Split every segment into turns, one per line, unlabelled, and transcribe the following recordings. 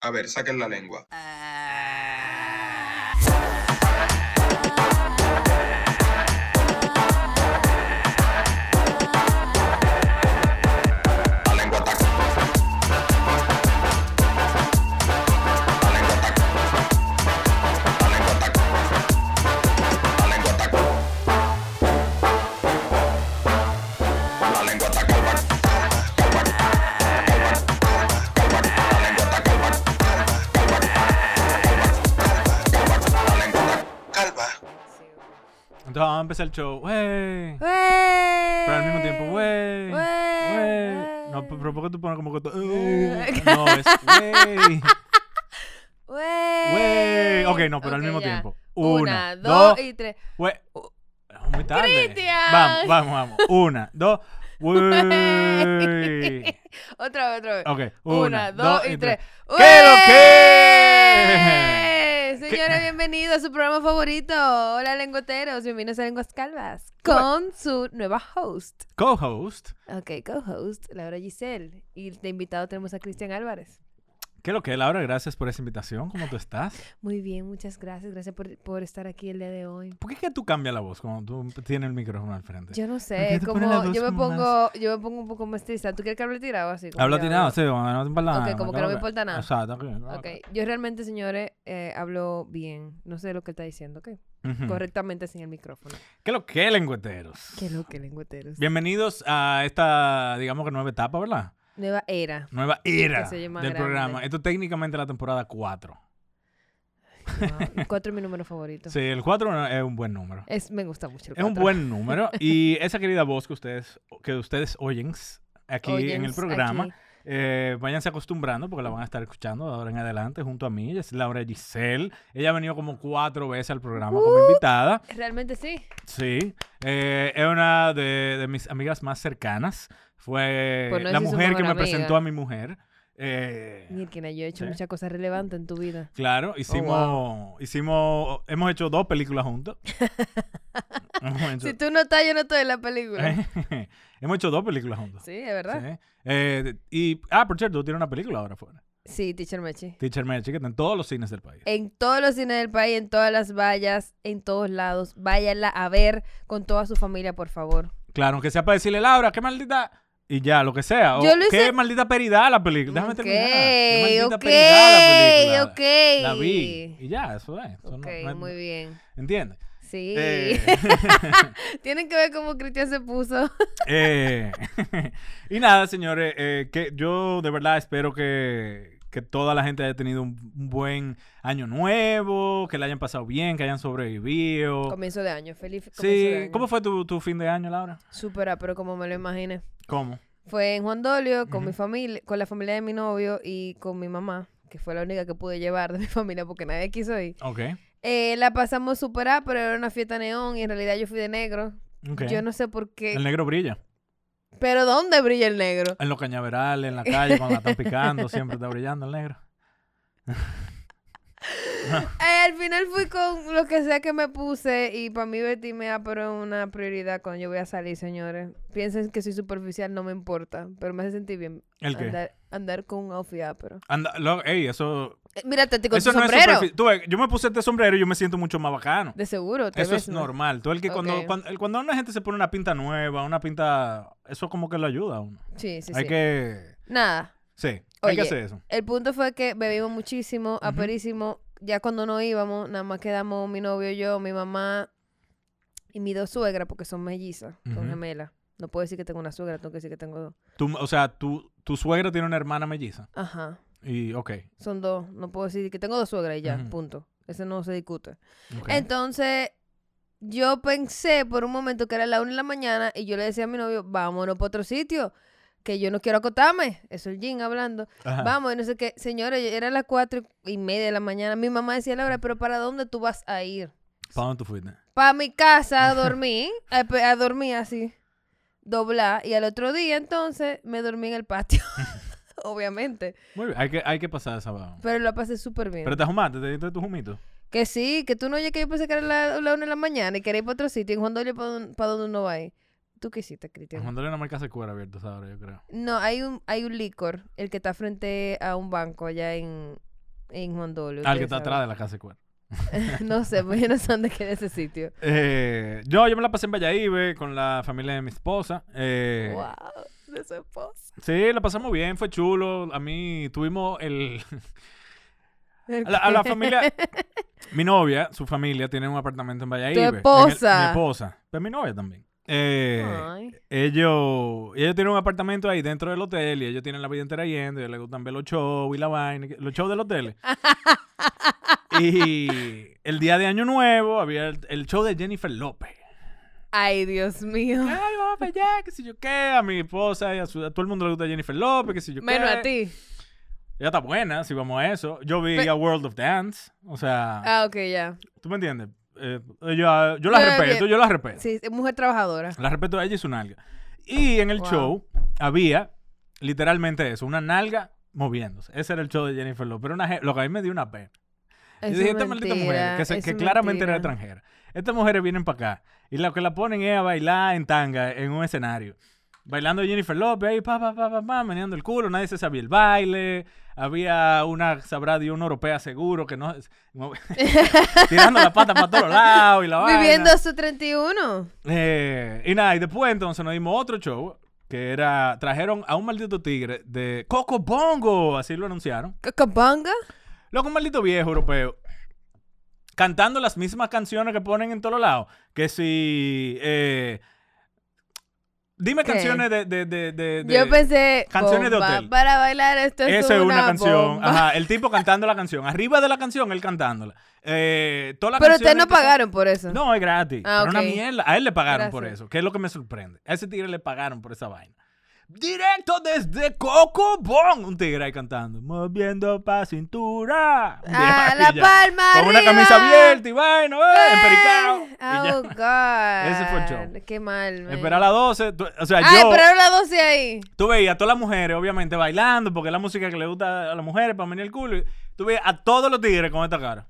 A ver, saquen la lengua. La lengua taca. La lengua taca. La lengua taca. La lengua taca. La lengua taca. Calva.
Entonces vamos a empezar el show, wey.
Pero
Pero al mismo tiempo, wey. Wey. No, pero ¿por qué tú pones como que tú- No, es wey. Wey. Ok, no, pero al mismo tiempo.
Una, dos, y tres.
Wey. Vamos muy tarde.
¡Cristian!
Vamos, vamos, vamos. Una, dos, wey.
Otra vez, otra vez.
Ok,
Una, dos y tres.
¿Qué lo que?
¡Ué! Señores, bienvenidos a su programa favorito. Hola, lengoteros. Bienvenidos a Lenguas Calvas. Con su nueva host.
Co-host.
Ok, co-host, Laura Giselle. Y de invitado tenemos a Cristian Álvarez.
¿Qué lo que, Laura? Gracias por esa invitación. ¿Cómo tú estás?
Muy bien, muchas gracias. Gracias por, por estar aquí el día de hoy.
¿Por qué es que tú cambias la voz cuando tú tienes el micrófono al frente?
Yo no
Este, ¿Por qué
sé,
te
como
pones la voz
yo me
como más-
pongo, yo me pongo un poco más triste. ¿Tú quieres que hable tirado así? como
Hablo
que
tirado,
hablo?
sí, bueno, no te importa nada.
Ok, como que no me importa nada.
Exacto, ok.
Ok, yo realmente, señores, eh, hablo bien. No sé lo que él está diciendo, ¿ok?
Ujú.
Correctamente sin el micrófono.
¿Qué lo que, lengüeteros?
Qué lo que lengüeteros.
Bienvenidos a esta, digamos que nueva etapa, ¿verdad?
Nueva era.
Nueva era
se oye
del
más grande.
programa. Esto es técnicamente la temporada 4.
Wow. Cuatro es mi número favorito.
Sí, el 4 es un buen número.
Es, me gusta mucho. el
Es un
cuatro.
buen número. Y esa querida voz que ustedes, que ustedes oyen aquí en el
Oyens
programa,
aquí.
Eh, váyanse acostumbrando porque la van a estar escuchando de ahora en adelante junto a mí. Ella es Laura Giselle. Ella ha venido como cuatro veces al programa
¡Uh!
como invitada.
Realmente sí.
Sí. Eh, es una de, de mis amigas más cercanas. Fue
Pues no
la
es si su
mujer que me
mejor amiga.
presentó a mi mujer. Eh,
Mirkina, yo he hecho
Sí.
muchas cosas relevantes en tu vida.
claro, hicimos, hicimos, hemos hecho dos películas juntos. hemos, hecho,
Si tú no estás, yo no estoy en la película.
Eh. hemos hecho dos películas juntos.
Sí, es verdad.
Sí. Eh, y, ah, por cierto, tiene una película ahora afuera.
Sí, Teacher Mechi.
Teacher Magic, que está en todos los cines del país.
En todos los cines del país, en todas las vallas, en todos lados. Váyanla a ver con toda su familia, por favor.
Claro, aunque sea para decirle, Laura, qué maldita. Y ya, lo que sea. O,
Yo lo
Qué
hice-
maldita peridad la película. Déjame
Ok,
terminar. Qué maldita
ok,
peridad la película.
ok.
La vi. Y ya, eso es. Eso no-
Eh. Ok,
no es-
muy bien.
¿Entiendes?
Sí.
Eh,
Tienen que ver cómo Cristian se puso.
eh, y nada, señores, eh, que yo de verdad espero que, que toda la gente haya tenido un, un buen año nuevo, que la hayan pasado bien, que hayan sobrevivido.
Comienzo de año, feliz comienzo de
Oh. Sí,
año.
¿cómo fue tu, tu fin de año, Laura?
Supera, pero como me lo imaginé.
¿Cómo?
Fue en Juan Dolio con mi
Ujú.
familia, con la familia de mi novio y con mi mamá, que fue la única que pude llevar de mi familia porque nadie quiso ir.
Ok.
Eh, la pasamos supera, pero era una fiesta neón y en realidad yo fui de negro.
ok.
Yo no sé por qué.
El negro brilla.
Pero ¿dónde brilla el negro?
En los cañaverales, en la calle, cuando la están picando, siempre está brillando el negro.
Eh, al final fui con lo que sea que me puse y para mí vestirme ah, pero es una prioridad cuando yo voy a salir, señores. Piensen que soy superficial, no me importa, pero me hace sentir bien
¿El qué?
andar, andar con un outfit ah, pero...
Anda, lo- ey, eso.
Eh, mira, te con
eso
tu
no
sombrero.
es superfici- Tú ves, yo me puse este sombrero y yo me siento mucho más bacano.
de seguro, te
Eso
ves
es
más.
normal. Tú el que cuando,
Ok.
cuando, el- cuando una gente se pone una pinta nueva, una pinta. Eso como que lo ayuda a uno.
Sí, sí,
hay
sí.
que.
Nada.
Sí, hay que
Oye.
hacer eso.
El punto fue que bebimos muchísimo, aperísimo. Ya cuando no íbamos, nada más quedamos mi novio, yo, mi mamá y mis dos suegras, porque son mellizas,
Ujú.
son gemelas. No puedo decir que tengo una suegra, tengo que decir que tengo dos.
Tú, o sea, tu, tu suegra tiene una hermana melliza.
Ajá,
Y, ok.
son dos. No puedo decir que tengo dos suegras y ya,
Ujú.
punto. Ese no se discute.
ok.
Entonces, yo pensé por un momento que era la una de la mañana y yo le decía a mi novio, vámonos para otro sitio, que yo no quiero acotarme. Eso es el Jin hablando.
Ajá.
Vamos, y no sé qué. Señores, era las cuatro y media de la mañana. Mi mamá decía, Laura, pero ¿para dónde tú vas a ir?
¿Para dónde tú fuiste?
Para mi casa a dormir, a, pe- a dormir así, doblar. Y al otro día, entonces, me dormí en el patio, obviamente.
Muy bien, hay que, hay que pasar esa vaina.
Pero la pasé súper bien.
Pero te ajumaste, te diste tu jumito.
Que sí, que tú no oyes que yo pensé que era la, la una de la mañana y quería ir para otro sitio. Y cuando yo para donde uno va ahí. ¿Tú qué hiciste, Cristian?
Cuando una marca se cuera abierta ahora, yo creo.
No, hay un, hay un licor, el que está frente a un banco allá en, en Juan Dolio.
Ah, el que está
ustedes
atrás de la casa de cuera.
saben. no sé, pues yo no sé dónde queda ese sitio.
Eh, yo, yo me la pasé en Valladolid con la familia de mi esposa. Eh,
Wow, de su esposa.
Sí, la pasamos bien, fue chulo. A mí tuvimos el... A la, a la familia... eh, mi novia, su familia, tiene un apartamento en Valladolid. en el-
esposa.
mi esposa. Pero mi novia también. Eh,
Ay.
Ellos, ellos tienen un apartamento ahí dentro del hotel y ellos tienen la vida entera yendo y a ellos les gustan ver los shows y la vaina, y que- los shows del hotel. y el día de Año Nuevo había el, el show de Jennifer López.
Ay, Dios mío.
Ay, vamos para allá, qué sé yo qué, a mi esposa y a, su- a todo el mundo le gusta Jennifer López, qué sé yo
Menos
qué.
a ti.
Ella está buena, si vamos a eso. Yo vi
Pe-
a World of Dance, o sea,
Ah, ok, ya.
¿tú me entiendes? Eh, yo, yo la
Yo- yo-
respeto, yo la respeto.
Sí, es mujer trabajadora.
La respeto a ella y su nalga. Y en el
Wow.
show había literalmente eso, una nalga moviéndose. Ese era el show de Jennifer López. Pero una, je- lo que a mí me dio una pena. Yo
Eso
dije,
es
esta maldita
mentira,
mujer, que, se-
eso
que
es
claramente era
mentira.
extranjera. Estas mujeres vienen para acá y lo que la ponen es a bailar en tanga, en un escenario. Bailando Jennifer López ahí, pa, pa, pa, pa, pa, meneando el culo. Nadie se sabía el baile. Había una, sabrá de una europea seguro que no... tirando la pata para todos lados y la vaina.
Viviendo su 31.
Eh, y nada, y después entonces nos dimos otro show que era, trajeron a un maldito tigre de Coco Bongo, así lo anunciaron.
Cacabanga.
Luego un maldito viejo europeo cantando las mismas canciones que ponen en todos lados. Que si... eh, dime
¿Qué?
canciones de... de- de- de- Eh, de-
Yo pensé.
Canciones de
bomba,
hotel.
Para bailar esto es
Esa es una canción.
bomba.
Ajá, el tipo cantando la canción. Arriba de la canción, él cantándola. Eh, todas las
Pero ustedes
canciones
no
que son-
pagaron por eso.
No, es gratis.
Ah,
pero una
ok.
mierda. A él le pagaron por
Gracias.
eso, que es lo que me sorprende. A ese tigre le pagaron por esa vaina. Directo desde Coco Bon. Un tigre ahí cantando. Moviendo pa' cintura. Un viejo
Ah,
ahí
la
ya,
palma.
Con una
arriba.
camisa abierta y vaina, eh,
Eh,
empericado. Y ya.
Oh, God.
Ese fue el show.
Qué mal. man.
Esperar a las 12. tú- o sea,
Ah,
yo.
esperaron las 12 ahí.
Tú veías a todas las mujeres, obviamente, bailando, porque es la música que le gusta a las mujeres para venir el culo. y Tú veías a todos los tigres con esta cara.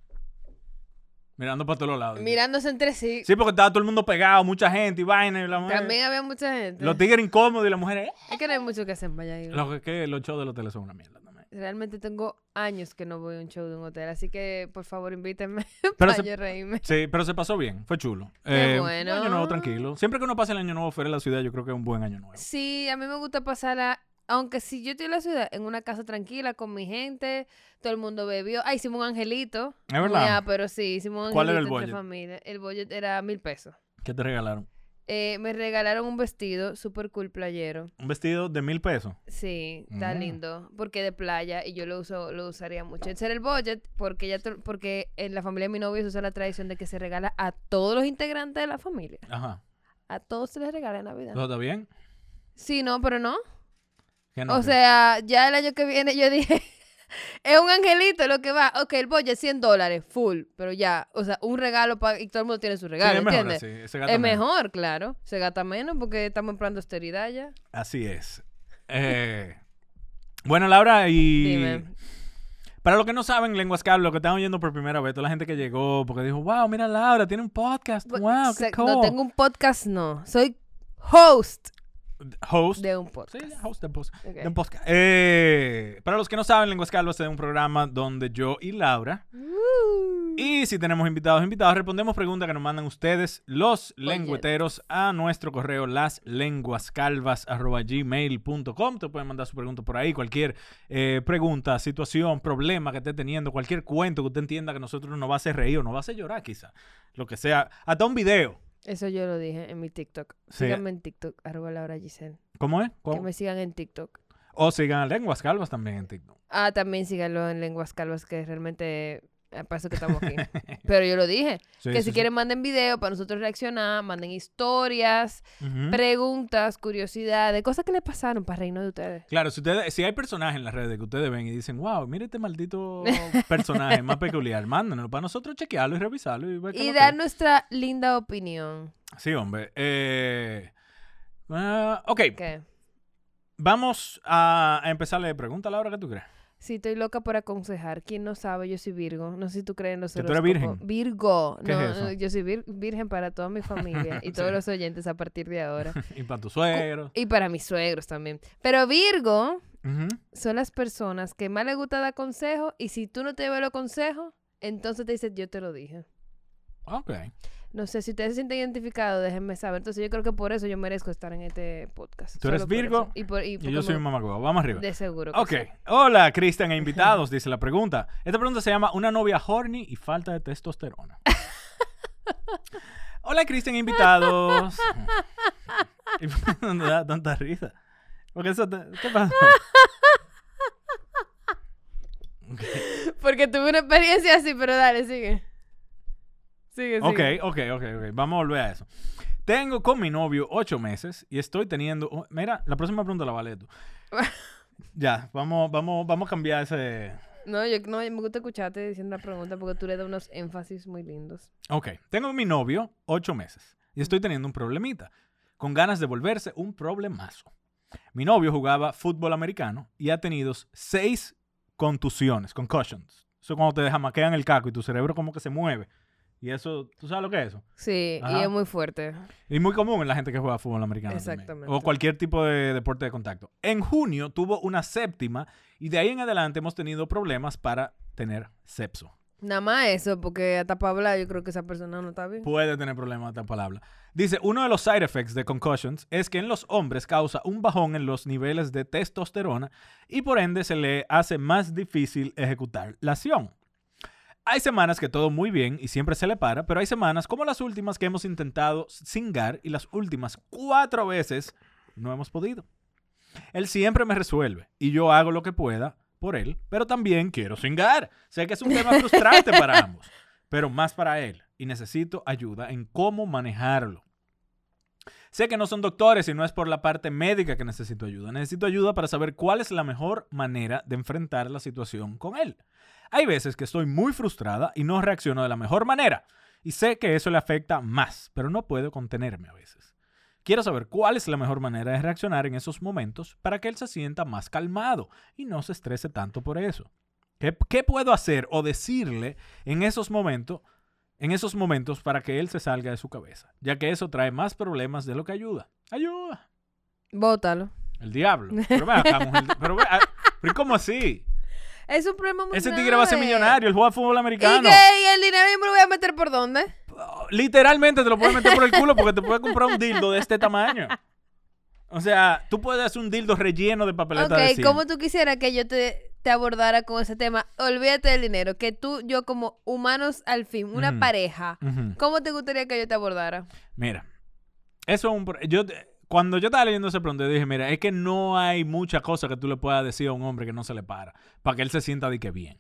Mirando para todos lados.
Mirándose entre sí.
Sí, porque estaba todo el mundo pegado, mucha gente y vaina. Y la mujer-
También había mucha gente.
Los tigres incómodos y las mujeres. "Eh".
Es que no hay mucho que hacer en Valladolid.
Lo que, que los shows de los hoteles son una mierda también.
Realmente tengo años que no voy a un show de un hotel, así que por favor invítenme
Pero
para
se-
yo reírme.
Sí, pero se pasó bien, fue chulo. Eh,
Qué
un
bueno.
Año nuevo tranquilo. Siempre que uno pasa el año nuevo fuera de la ciudad, yo creo que es un buen año nuevo.
Sí, a mí me gusta pasarla, aunque si yo estoy en la ciudad, en una casa tranquila con mi gente, todo el mundo bebió. Ah, hicimos un angelito.
Es verdad.
Ya, pero sí, hicimos un
¿Cuál era
angelito
el
entre
budget?
familia. El budget era mil pesos.
¿Qué te regalaron?
Eh, me regalaron un vestido super cool playero.
Un vestido de mil pesos.
Sí, está
Mm.
lindo. Porque de playa y yo lo uso, lo usaría mucho. Ese era el budget, porque ya to- porque en la familia de mi novio se usa la tradición de que se regala a todos los integrantes de la familia.
Ajá.
A todos se les regala en Navidad.
¿Todo está bien?
Sí, no, pero no.
¿Qué Ah, no?
o
¿Qué?
sea, ya el año que viene yo dije, es un angelito lo que va. Ok, el budget 100 dólares, full. Pero ya, o sea, un regalo para... Y todo el mundo tiene su
Sí,
regalo,
es mejor
¿entiendes?
así. se gasta
Es
menos.
mejor, claro. Se gasta menos porque estamos en plan de austeridad ya.
Así es. Eh, bueno, Laura, y.
Dime.
Para los que no saben lenguas que hablo, los que están oyendo por primera vez, toda la gente que llegó, porque dijo, wow, mira Laura, tiene un podcast, wow, qué
Pues, Se-
cool.
No tengo un podcast, no. Soy host
Host.
de un
Sí,
podcast.
host de podcast.
Ok.
de un podcast. Eh, para los que no saben, Lenguas Calvas es un programa donde yo y Laura,
Uh.
y si tenemos invitados, invitados, respondemos preguntas que nos mandan ustedes, los lengüeteros, a nuestro correo laslenguascalvas.gmail.com. Te pueden mandar su pregunta por ahí, cualquier eh, pregunta, situación, problema que esté teniendo, cualquier cuento que usted entienda que nosotros nos va a hacer reír o nos va a hacer llorar quizá, lo que sea, hasta un video.
Eso yo lo dije en mi TikTok.
Sí.
Síganme en TikTok, arroba Laura Giselle.
¿Cómo es? ¿Cómo?
Que me sigan en TikTok.
O sigan a Lenguas Calvas también en TikTok.
Ah, también síganlo en Lenguas Calvas, que realmente eh, parece que estamos aquí. Pero yo lo dije.
Sí,
que
sí,
si
sí.
quieren manden video para nosotros reaccionar, manden historias,
Ujú.
preguntas, curiosidades, cosas que le pasaron para reino de ustedes.
Claro, si, ustedes, si hay personajes en las redes que ustedes ven y dicen, wow, mire este maldito personaje más peculiar, mándenlo para nosotros chequearlo y revisarlo. Y, ver qué
Y
es lo
dar
que
nuestra linda opinión.
es. Sí, hombre. Eh, ah, ok,
¿Qué?
vamos a, a empezarle de pregunta, Laura, ¿qué tú crees?
Si estoy loca por aconsejar, ¿quién no sabe? Yo soy Virgo. No sé si tú crees en los
Que tú eres
horóscopos.
virgen.
Virgo.
¿Qué es
no,
eso?
no, yo soy vir- virgen para toda mi familia y
Sí.
todos los oyentes a partir de ahora.
Y para tu suegro.
Y para mis suegros también. Pero Virgo
Ujú.
son las personas que más les gusta dar consejos y si tú no te llevas los consejos, entonces te dicen, yo te lo dije.
Ok.
No sé, si ustedes se sienten identificados, déjenme saber. Entonces yo creo que por eso yo merezco estar en este podcast.
Tú eres
Solo por
Virgo
eso. Y, por, y
Y yo
porque
soy
me-
un mamagüevo. Vamos arriba.
De seguro. que
Ok.
sí.
Hola, Cristian e invitados, dice la pregunta. Esta pregunta se llama Una novia horny y falta de testosterona. Hola, Cristian e invitados. ¿Y por qué no te da tanta risa? Porque eso te, ¿qué pasó?
Porque tuve una experiencia así, pero dale, sigue. Sigue, sigue.
Ok, ok, ok, ok. Vamos a volver a eso. Tengo con mi novio ocho meses y estoy teniendo. oh, mira, la próxima pregunta la vale tú. Ya, vamos, vamos, vamos a cambiar ese.
No, yo no, me gusta escucharte diciendo la pregunta porque tú le das unos énfasis muy lindos.
Ok, tengo a mi novio ocho meses y estoy teniendo un problemita, con ganas de volverse un problemazo. Mi novio jugaba fútbol americano y ha tenido seis contusiones, concussions. Eso es cuando te jamaquean el caco y tu cerebro como que se mueve. Y eso, ¿tú sabes lo que es eso?
Sí,
Ajá.
y es muy fuerte.
Y muy común en la gente que juega fútbol americano. también.
Exactamente.
o cualquier tipo de deporte de contacto. En junio tuvo una séptima y de ahí en adelante hemos tenido problemas para tener sexo.
Nada más eso, porque hasta para hablar yo creo que esa persona no está bien.
Puede tener problemas esta palabra. Dice, uno de los side effects de concussions es que en los hombres causa un bajón en los niveles de testosterona y por ende se le hace más difícil ejecutar la acción. Hay semanas que todo muy bien y siempre se le para, pero hay semanas como las últimas que hemos intentado singar y las últimas cuatro veces no hemos podido. Él siempre me resuelve y yo hago lo que pueda por él, pero también quiero singar. Sé que es un tema frustrante para ambos, pero más para él y necesito ayuda en cómo manejarlo. Sé que no son doctores y no es por la parte médica que necesito ayuda. Necesito ayuda para saber cuál es la mejor manera de enfrentar la situación con él. Hay veces que estoy muy frustrada y no reacciono de la mejor manera. Y sé que eso le afecta más, pero no puedo contenerme a veces. Quiero saber cuál es la mejor manera de reaccionar en esos momentos para que él se sienta más calmado y no se estrese tanto por eso. ¿Qué, qué puedo hacer o decirle en esos momentos? En esos momentos para que él se salga de su cabeza, ya que eso trae más problemas de lo que ayuda. Ayuda.
Bótalo.
El diablo. Pero, ven acá, mujer. pero, ven- ah, pero ¿cómo así?
Es un problema muy
Ese tigre va a ser
grave.
millonario, él juega fútbol
¿Y
americano.
qué? ¿Y el dinero yo me lo voy a meter por dónde?
Literalmente te lo puedes meter por el culo porque te puedes comprar un dildo de este tamaño. O sea, tú puedes hacer un dildo relleno de papeleta de
Ok,
100.
como tú quisieras que yo te, te abordara con ese tema, olvídate del dinero, que tú, yo como humanos al fin, una
Ujú.
pareja,
Ujú.
¿cómo te gustaría que yo te abordara?
Mira, eso es un... pro- Yo, te- cuando yo estaba leyendo ese pronto, yo dije, mira, es que no hay mucha cosa que tú le puedas decir a un hombre que no se le para, para que él se sienta de que bien.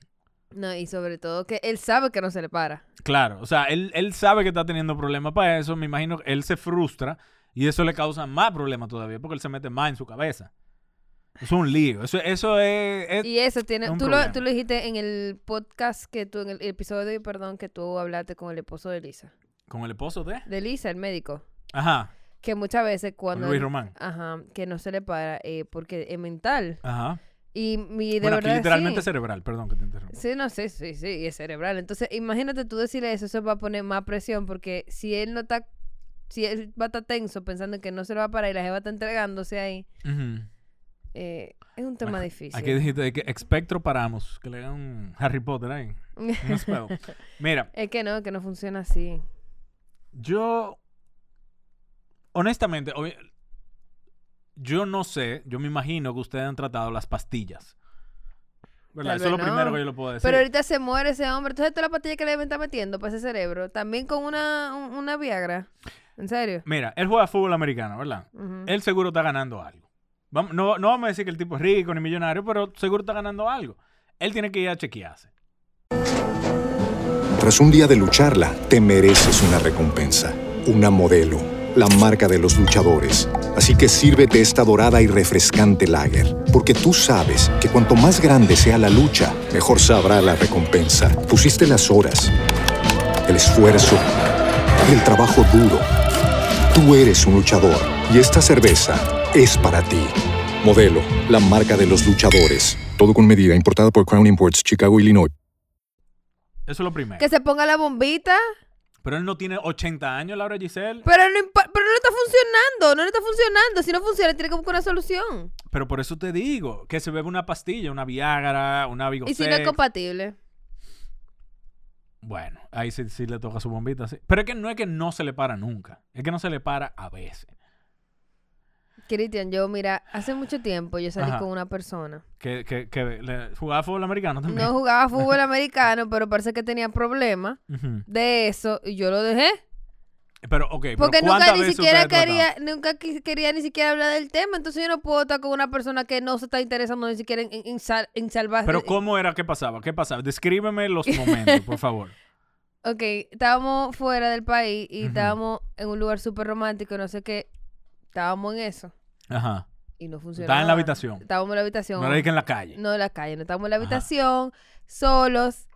No, y sobre todo que él sabe que no se le para.
Claro, o sea, él, él sabe que está teniendo problemas para eso, me imagino que él se frustra y eso le causa más problemas todavía porque él se mete más en su cabeza. Es un lío, eso, eso es... es-
Y eso tiene,
un
tú lo,
problema.
tú lo dijiste en el podcast que tú, en el episodio, perdón, que tú hablaste con el esposo de Lisa.
Con el esposo de...
De Lisa, el médico.
Ajá,
Que muchas veces cuando...
Luis
él-
Román.
Ajá, que no se le para eh, porque es mental.
Ajá.
Y, y de
bueno, aquí
verdad.
literalmente
sí.
cerebral, perdón que te interrumpa.
Sí, no, sí, sí, sí, y es cerebral. Entonces, imagínate tú decirle eso, eso va a poner más presión, porque si él no está, si él va a estar tenso pensando en que no se lo va a parar y la jeva está entregándose ahí,
Ujú.
eh, es un tema
Bueno,
difícil.
Aquí dijiste de que espectro paramos, que le hagan un Harry Potter ahí. un spell. Mira,
es que no, que no funciona así.
yo honestamente, obvi- yo no sé, yo me imagino que ustedes han tratado las pastillas. ¿Verdad?
Tal
Eso es lo
vez no.
primero que yo lo puedo decir.
Pero ahorita se muere ese hombre, entonces toda la pastilla que le está metiendo para ese cerebro, también con una, un- una Viagra. ¿En serio?
Mira, él juega fútbol americano, ¿verdad?
Ujú.
Él seguro está ganando algo. Vam- no, no vamos a decir que el tipo es rico ni millonario, pero seguro está ganando algo. Él tiene que ir a chequearse.
Tras un día de lucharla, te mereces una recompensa, una modelo, la marca de los luchadores. Así que sírvete esta dorada y refrescante lager, porque tú sabes que cuanto más grande sea la lucha, mejor sabrá la recompensa. Pusiste las horas, el esfuerzo, el trabajo duro. Tú eres un luchador y esta cerveza es para ti. Modelo, la marca de los luchadores. Todo con medida, importada por Crown Imports, Chicago, Illinois.
Eso es lo primero.
Que se ponga la bombita,
Pero él no tiene 80 años, Laura Giselle.
pero no, impa- pero no le está funcionando, no le está funcionando. Si no funciona, tiene que buscar una solución.
Pero por eso te digo, que se bebe una pastilla, una Viagra, una
y si no es
Vigosex.
compatible.
bueno, ahí sí, sí le toca su bombita. sí. Pero es que no es que no se le para nunca. Es que no se le para a veces.
Cristian, yo, mira, hace mucho tiempo yo salí
Ajá.
con una persona.
Que, que, que le- jugaba fútbol americano también.
No jugaba fútbol americano, pero parece que tenía problemas
Ujú.
de eso y yo lo dejé.
Pero, ok. pero
Porque nunca
¿cuántas
ni
veces
siquiera
ustedes trataron?
quería, nunca qui- quería ni siquiera hablar del tema. Entonces yo no puedo estar con una persona que no se está interesando ni siquiera en, en- en sal- en salvar.
Pero ¿cómo era? ¿Qué pasaba? ¿Qué pasaba? Descríbeme los momentos, por favor.
Ok, estábamos fuera del país y
Ujú.
estábamos en un lugar súper romántico, no sé qué. Estábamos en eso
Ajá.
y no funcionaba.
Estaba en la habitación.
Estábamos en la habitación.
No era de que en la calle.
No en la calle, no estábamos en la
Ajá.
habitación, solos,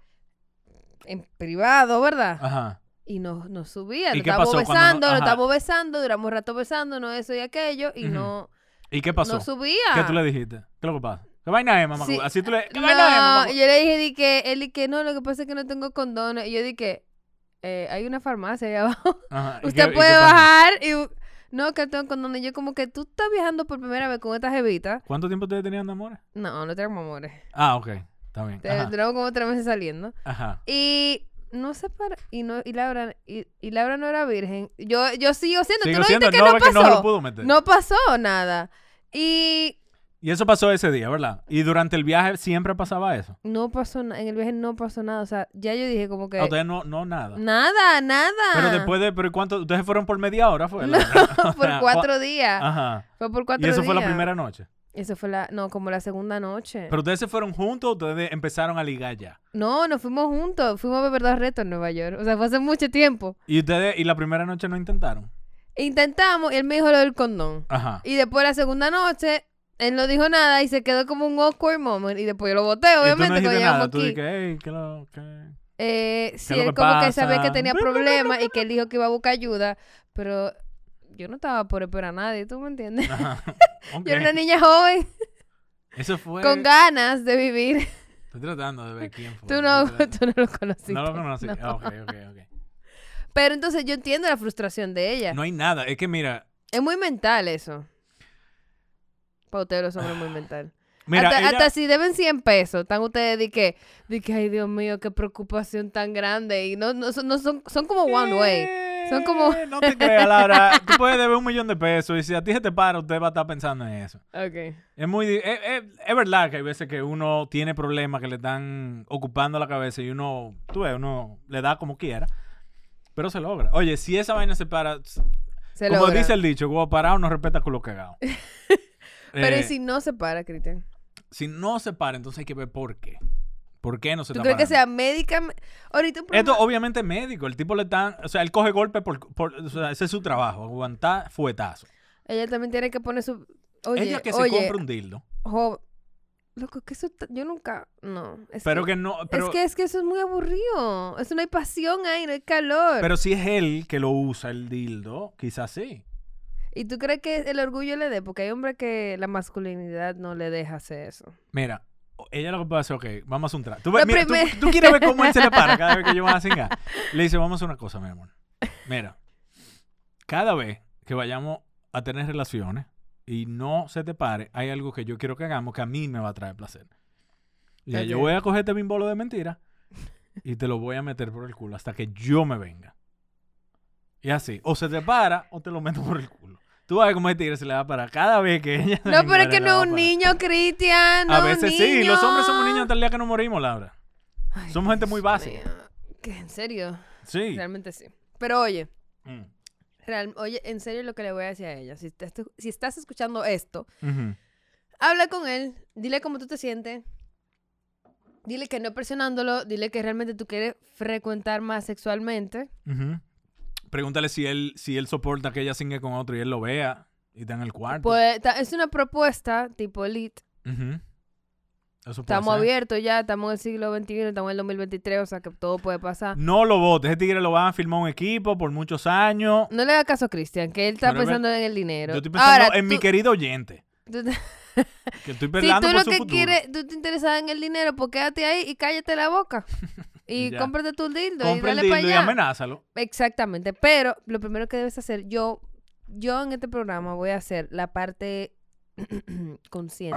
en privado, ¿verdad?
Ajá.
Y nos, nos subía,
Ah. ¿Y
nos
qué
estábamos
pasó cuando no-
besando, nos
ajá.
estábamos besando, duramos un rato besándonos, eso y aquello, y
Ujú.
no,
¿Y qué pasó?
no subía.
¿Qué tú le dijiste? ¿Qué es lo que pasa? ¿Qué vaina es, mamá?
Sí.
Así tú le... ¿Qué
No,
vaina es, mamá?
yo le dije, di que, él di que no, lo que pasa es que no tengo condones. Y yo dije, eh, hay una farmacia ahí abajo.
Ajá. ¿Y
Usted
qué- y
puede
qué pasó?
bajar y... bu- No, que no tengo condones. Yo como que tú estás viajando por primera vez con esta jevita.
¿Cuánto tiempo ustedes tenían de amores?
No, no tenemos amores.
Ah, ok. Está bien.
Te-
Ajá.
Tenemos como tres meses saliendo.
Ajá.
Y no sé para y no y Laura y, y Laura no era virgen. Yo yo sigo siendo,
Sigo
tú no
siendo,
viste que
no,
no,
ve que
pasó.
no lo pudo meter.
No pasó nada. Y
Y eso pasó ese día, ¿verdad? Y durante el viaje siempre pasaba eso.
no pasó nada, en el viaje no pasó nada, o sea, ya yo dije como que
A ustedes no, no nada.
nada, nada.
Ah, Pero después de, pero ¿cuánto? Ustedes fueron por media hora, fue.
No, por
Ajá.
cuatro días.
Ajá.
Fue por
Ah, Y
cuatro
eso
días.
fue la primera noche.
Eso fue la no, como la segunda noche.
Pero ustedes se fueron juntos, o ustedes empezaron a ligar ya.
No, nos fuimos juntos, fuimos a beber dos retos en Nueva York, o sea, fue hace mucho tiempo. E
Y ustedes, y la primera noche no intentaron.
Intentamos y él me dijo lo del condón.
Ajá.
Y después la segunda noche, él no dijo nada y se quedó como un awkward moment. Y después yo lo boté,
Y
obviamente,
tú no
cuando
dijiste
llegamos
nada. Tú
aquí.
dijiste, hey, ¿qué lo qué?
Eh, sí,
es lo que
él como que sabía que
pasa?
tenía
Bla, bla, bla,
problemas y que él dijo que iba a buscar ayuda, pero yo no estaba por esperar a nadie, ¿tú me entiendes?
Ajá. Ok.
Yo era una niña joven,
Eso fue.
con ganas de vivir.
Estoy tratando de ver quién fue.
Tú no,
Estoy tratando-
tú no lo conociste.
No lo conocí.
no.
Ah, Ok, ok, ok.
Pero entonces yo entiendo la frustración de ella.
No hay nada. Es que mira.
Es muy mental eso. Para ustedes los hombres es muy mental.
Mira,
hasta,
ella-
hasta si deben 100 pesos, están ustedes de que, de que, ay Dios mío, qué preocupación tan grande. Y no, no, son- no son, son como one way. Son como-
Eh, No te creas, Laura. Tú puedes deber un millón de pesos y si a ti se te para, usted va a estar pensando en eso.
Ok.
Es muy. di- Es, es- es verdad que hay veces que uno tiene problemas que le están ocupando la cabeza y uno, tú ves, uno le da como quiera, pero se logra. Oye, si esa vaina se para,
Se
como
logra.
dice el dicho, huevo parado no respeta culo cagado.
Pero
Eh,
¿y si no se para, Cristian?
si no se para, entonces hay que ver por qué. ¿Por qué no se
¿Tú
está
crees que
parando?
sea médica? Ahorita
Esto
un problema-
obviamente es médico. El tipo le están... O sea, él coge golpe por... por- o sea, ese es su trabajo. Aguantar fuetazo.
Ella también tiene que poner su... Oye,
Ella que se
oye,
compra un dildo.
jo- Loco, que eso... ta- Yo nunca... No. Es
Pero
que...
que no... Pero,
Es que es que eso es muy aburrido. Eso no hay pasión ahí, no hay calor.
pero si es él que lo usa el dildo, quizás sí.
¿Y tú crees que el orgullo le dé? Porque hay hombres que la masculinidad no le deja hacer eso.
Mira, ella lo que puede hacer, ok, vamos a hacer un trato. Tú, ve-
Lo
mira, tú-
primer-
tú quieres ver cómo él se le para cada vez que yo voy a cingar. Le dice, vamos a hacer una cosa, mi amor. Mira, cada vez que vayamos a tener relaciones y no se te pare, hay algo que yo quiero que hagamos que a mí me va a traer placer. Y
Ok.
yo voy a coger este bimbolo de mentira y te lo voy a meter por el culo hasta que yo me venga. Y así, o se te para o te lo meto por el culo. Tú vas a ver cómo el tigre se le va para cada vez que ella. se
No, pero es
encuentre,
que
le
no
va
es un
para.
niño, Cristian. No
pues. A
es un
veces sí, los hombres somos
niño.
niños hasta el día que nos morimos, Laura.
Ay,
Somos gente muy
Dios
básica.
mío. Que en serio,
Sí.
realmente sí. Pero oye,
Mm.
real- oye, en serio lo que le voy a decir a ella. Si, te estu- si estás escuchando esto,
Ujú.
habla con él, dile cómo tú te sientes. Dile que no presionándolo, dile que realmente tú quieres frecuentar más sexualmente.
Ujú. Pregúntale si él, si él soporta que ella singe con otro y él lo vea y está en el cuarto.
Pues ta- es una propuesta tipo elite.
Ujú. Eso puede
Estamos
ser.
abiertos ya, estamos en el siglo XXI, estamos en el 2023, o sea que todo puede pasar.
No lo votes. Ese tigre lo van a firmar un equipo por muchos años.
No le hagas caso a Cristian, que él está
Pero es ver-
pensando en el dinero.
Yo estoy pensando
Ahora,
en mi
tú-
querido oyente.
tú te-
Que estoy
Si
peleando
tú
por
lo
su
que
futuro.
quieres, tú te interesas en el dinero, pues quédate ahí y cállate la boca. Y
Ya.
cómprate tu dildo
Compra
y
el
dale para
dildo y
allá.
amenázalo.
Exactamente, pero lo primero que debes hacer, yo, yo en este programa voy a hacer la parte consciente,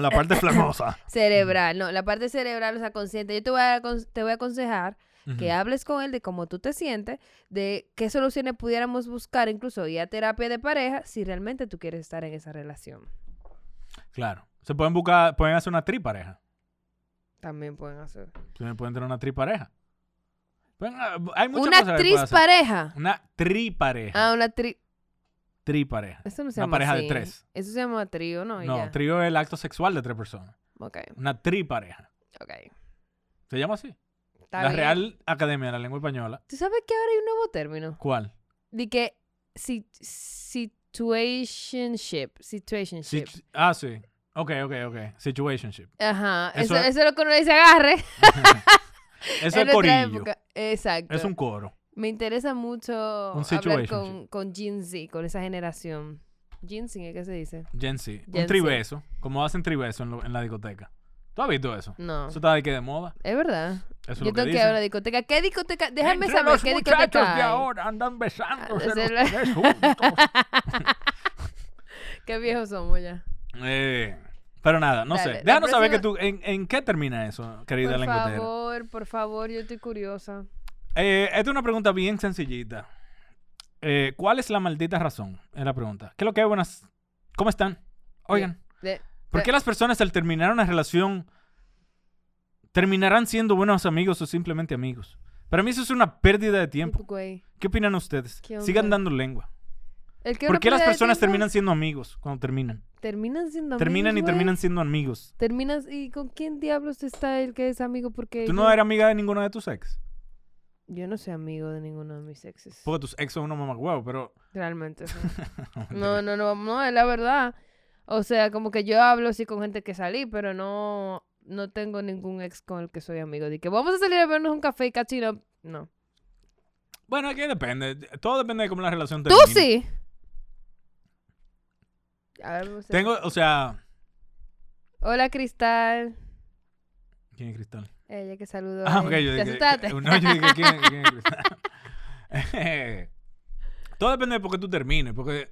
la parte flamosa.
cerebral, no, la parte cerebral, o sea, consciente. Yo te voy a, acon- te voy a aconsejar que hables con él de cómo tú te sientes, de qué soluciones pudiéramos buscar, incluso ir a terapia de pareja, si realmente tú quieres estar en esa relación.
Claro. Se pueden buscar, pueden hacer una tripareja.
También pueden hacer.
Pueden pueden tener una tripareja. Pueden- hay muchas
Una
cosas que pueden
actriz
hacer.
pareja.
Una tripareja.
Ah, una tri...
Tripareja.
Eso no se
Una
llama
pareja de
así.
tres.
Eso se llama trío, ¿no? Y
No,
ya.
trío es el acto sexual de tres personas.
Ok,
Una tripareja.
ok.
¿Se llama así?
Está
la
bien.
Real Academia de la Lengua Española.
¿Tú sabes que ahora hay un nuevo término?
¿Cuál?
De que si- situationship, situationship.
Sit- ah, sí. Ok, ok, ok. Situationship.
Ajá.
Eso
Eso,
es-
eso es lo que uno dice agarre.
Eso
en
es
nuestra
corillo.
época. Exacto.
Es un coro.
Me interesa mucho
Un
hablar
situationship.
con, con Gen Z, con esa generación. Gen Z, ¿qué se dice?
Gen Z.
Gen
Un
Z.
tribeso. Como hacen tribeso en, lo- en la discoteca. ¿Tú has visto eso?
No.
Eso está de que de moda.
Es verdad.
Eso es
Yo
lo que
tengo que
dicen.
hablar de discoteca. ¿Qué discoteca? Déjame
Entre
saber
los
qué
muchachos
discoteca.
de
hay.
ahora andan besándose
Ah,
los
se lo-
tres juntos.
Qué viejos somos ya.
Eh, pero nada, no
Dale,
sé.
la
Déjanos saber que
próxima-
tú, en, en qué termina eso, querida
Por
lengüetera.
favor, por favor, yo estoy curiosa.
Eh, esta es una pregunta bien sencillita. Eh, ¿Cuál es la maldita razón? Es la pregunta. ¿Qué es lo que hay? Buenas. ¿Cómo están? Oigan,
De-
¿por qué las personas al terminar una relación terminarán siendo buenos amigos o simplemente amigos? Para mí eso es una pérdida de tiempo.
güey.
¿Qué opinan ustedes?
¿Qué onda?
Sigan dando lengua.
El que
¿Por
una
qué las
pérdida de
personas
tiempo-
terminan siendo amigos cuando terminan?
Terminan siendo
Terminan y
amigos,
terminan
güey.
siendo amigos.
Terminas y con quién diablos está el que es amigo porque
¿Tú
yo...
no eres amiga de ninguno de tus ex?
yo no soy amigo de ninguno de mis exes.
Porque tus ex son unos mamagüevos, pero...
Realmente. o sea. no, no, no, no, es la verdad. O sea, como que yo hablo así con gente que salí, pero no no tengo ningún ex con el que soy amigo. De que vamos a salir a vernos un café y cachino. No.
Bueno, es que depende. Todo depende de cómo la relación
Tú
termine.
sí. A ver, vamos a-
Tengo, o sea...
Hola, Cristal.
¿Quién es Cristal?
Ella que saludó.
Ah,
ahí.
ok, yo
¿Te
dije...
asustaste?
No, yo dije, ¿quién, quién es Cristal? Eh, Todo depende de por qué tú termines, porque...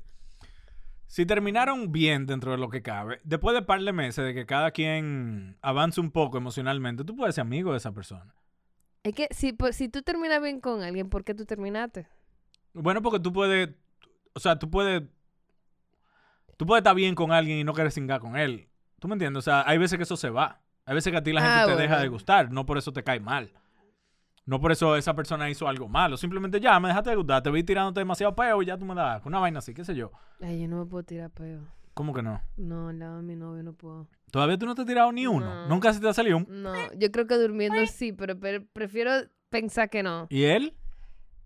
Si terminaron bien dentro de lo que cabe, después de par de meses de que cada quien avance un poco emocionalmente, tú puedes ser amigo de esa persona.
Es que si, pues, si tú terminas bien con alguien, ¿por qué tú terminaste?
Bueno, porque tú puedes... O sea, tú puedes... Tú puedes estar bien con alguien y no querer cingar con él. ¿Tú me entiendes? O sea, hay veces que eso se va. Hay veces que a ti la gente
Ah,
te
bueno.
deja de gustar. No por eso te cae mal. No por eso esa persona hizo algo malo. Simplemente ya, me dejaste de gustar. Te vi tirándote demasiado peo y ya tú me das una vaina así, qué sé yo.
Ay, yo no me puedo tirar peo.
¿Cómo que no?
No, al lado de mi novio no puedo.
Todavía tú no te has tirado ni uno.
No.
Nunca se te ha salido un...
No, yo creo que durmiendo sí, pero pre- prefiero pensar que no.
¿Y él?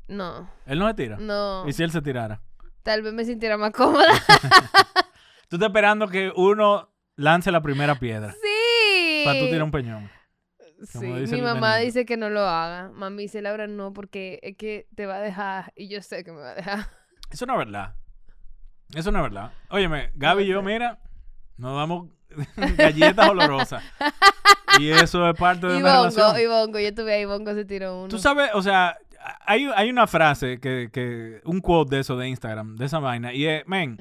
No,
Él no se tira.
no.
¿Y si él se tirara?
Tal vez me sintiera más cómoda.
Tú estás esperando que uno lance la primera piedra.
sí.
Para tú tirar un peñón.
Sí,
como dice
mi
el
mamá
Benito.
dice que no lo haga. Mami dice, Laura, no, porque es que te va a dejar. Y yo sé que me va a dejar.
Eso no es verdad. Eso no es verdad. Óyeme, Gaby y yo, mira, nos damos galletas olorosas. Y eso es parte de
Y
una
Bongo, y
relación.
Bongo, yo estuve ahí, Bongo se tiró uno.
Tú sabes, o sea, hay, hay una frase que, que, un quote de eso de Instagram, de esa vaina, y es, men,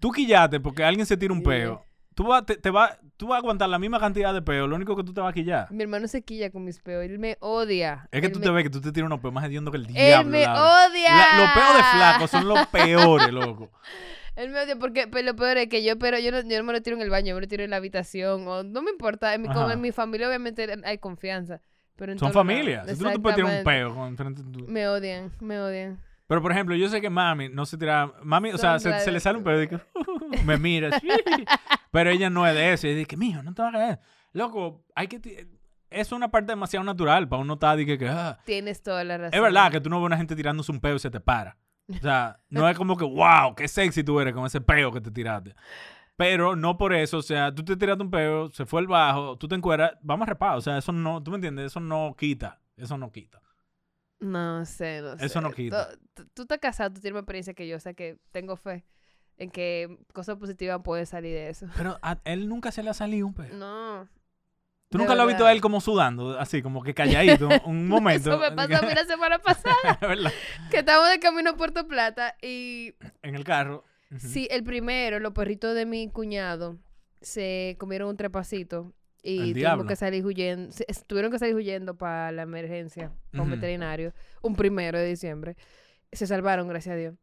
tú quillate porque alguien se tira un
Sí.
peo. Tú vas, te, te va- tú vas a aguantar la misma cantidad de peo, lo único que tú te vas a quillar.
Mi hermano se quilla con mis peos, él me odia.
Es que
Él
tú
me-
te ves que tú te tiras unos peos más hediondo que el diablo.
Él me
Laura.
odia.
La- los peos de flaco son los peores, loco.
Él me odia porque pero lo peor es que yo, pero yo no, yo no me lo tiro en el baño, yo me lo tiro en la habitación. O, no me importa, en mi, como
Ajá.
en mi familia obviamente hay confianza. Pero en
Son
todos
familias.
lados,
Si tú no te puedes tirar un
exactamente.
peo con frente a tu-
Me odian, me odian.
Pero por ejemplo, yo sé que mami no se tira. Mami, o sea,
Son
se, se le
raras.
sale un pedo y que, me mira. así. Pero ella no es de eso. Y dice, mijo, no te vas a caer. Loco, hay que. ti- Es una parte demasiado natural para uno estar y que. que, ah.
Tienes toda la razón.
Es verdad que tú no ves a una gente tirándose un peo y se te para. O sea, no es como que, wow, qué sexy tú eres con ese peo que te tiraste. Pero no por eso, o sea, tú te tiraste un peo, se fue el bajo, tú te encueras, vamos a repar. O sea, eso no, tú me entiendes, eso no quita. Eso no quita.
No sé, no sé.
Eso no quita.
Tú- Tú, tú estás casado, tú tienes más experiencia que yo, o sea que tengo fe en que cosas positivas pueden salir de eso.
Pero a él nunca se le ha salido un peo.
No.
Eh. ¿Tú
De
nunca lo has visto a
verdad.
él como sudando, así como que calladito, un momento?
Eso me pasó a mí la semana pasada,
¿Verdad?
que estábamos de camino a Puerto Plata y
En el carro. Ujú.
sí, el primero, los perritos de mi cuñado se comieron un trepacito
El
y
diablo.
tuvimos que salir huyendo, se- es- tuvieron que salir huyendo para la emergencia con
Ujú.
veterinario, un primero de diciembre. Se salvaron, gracias a Dios.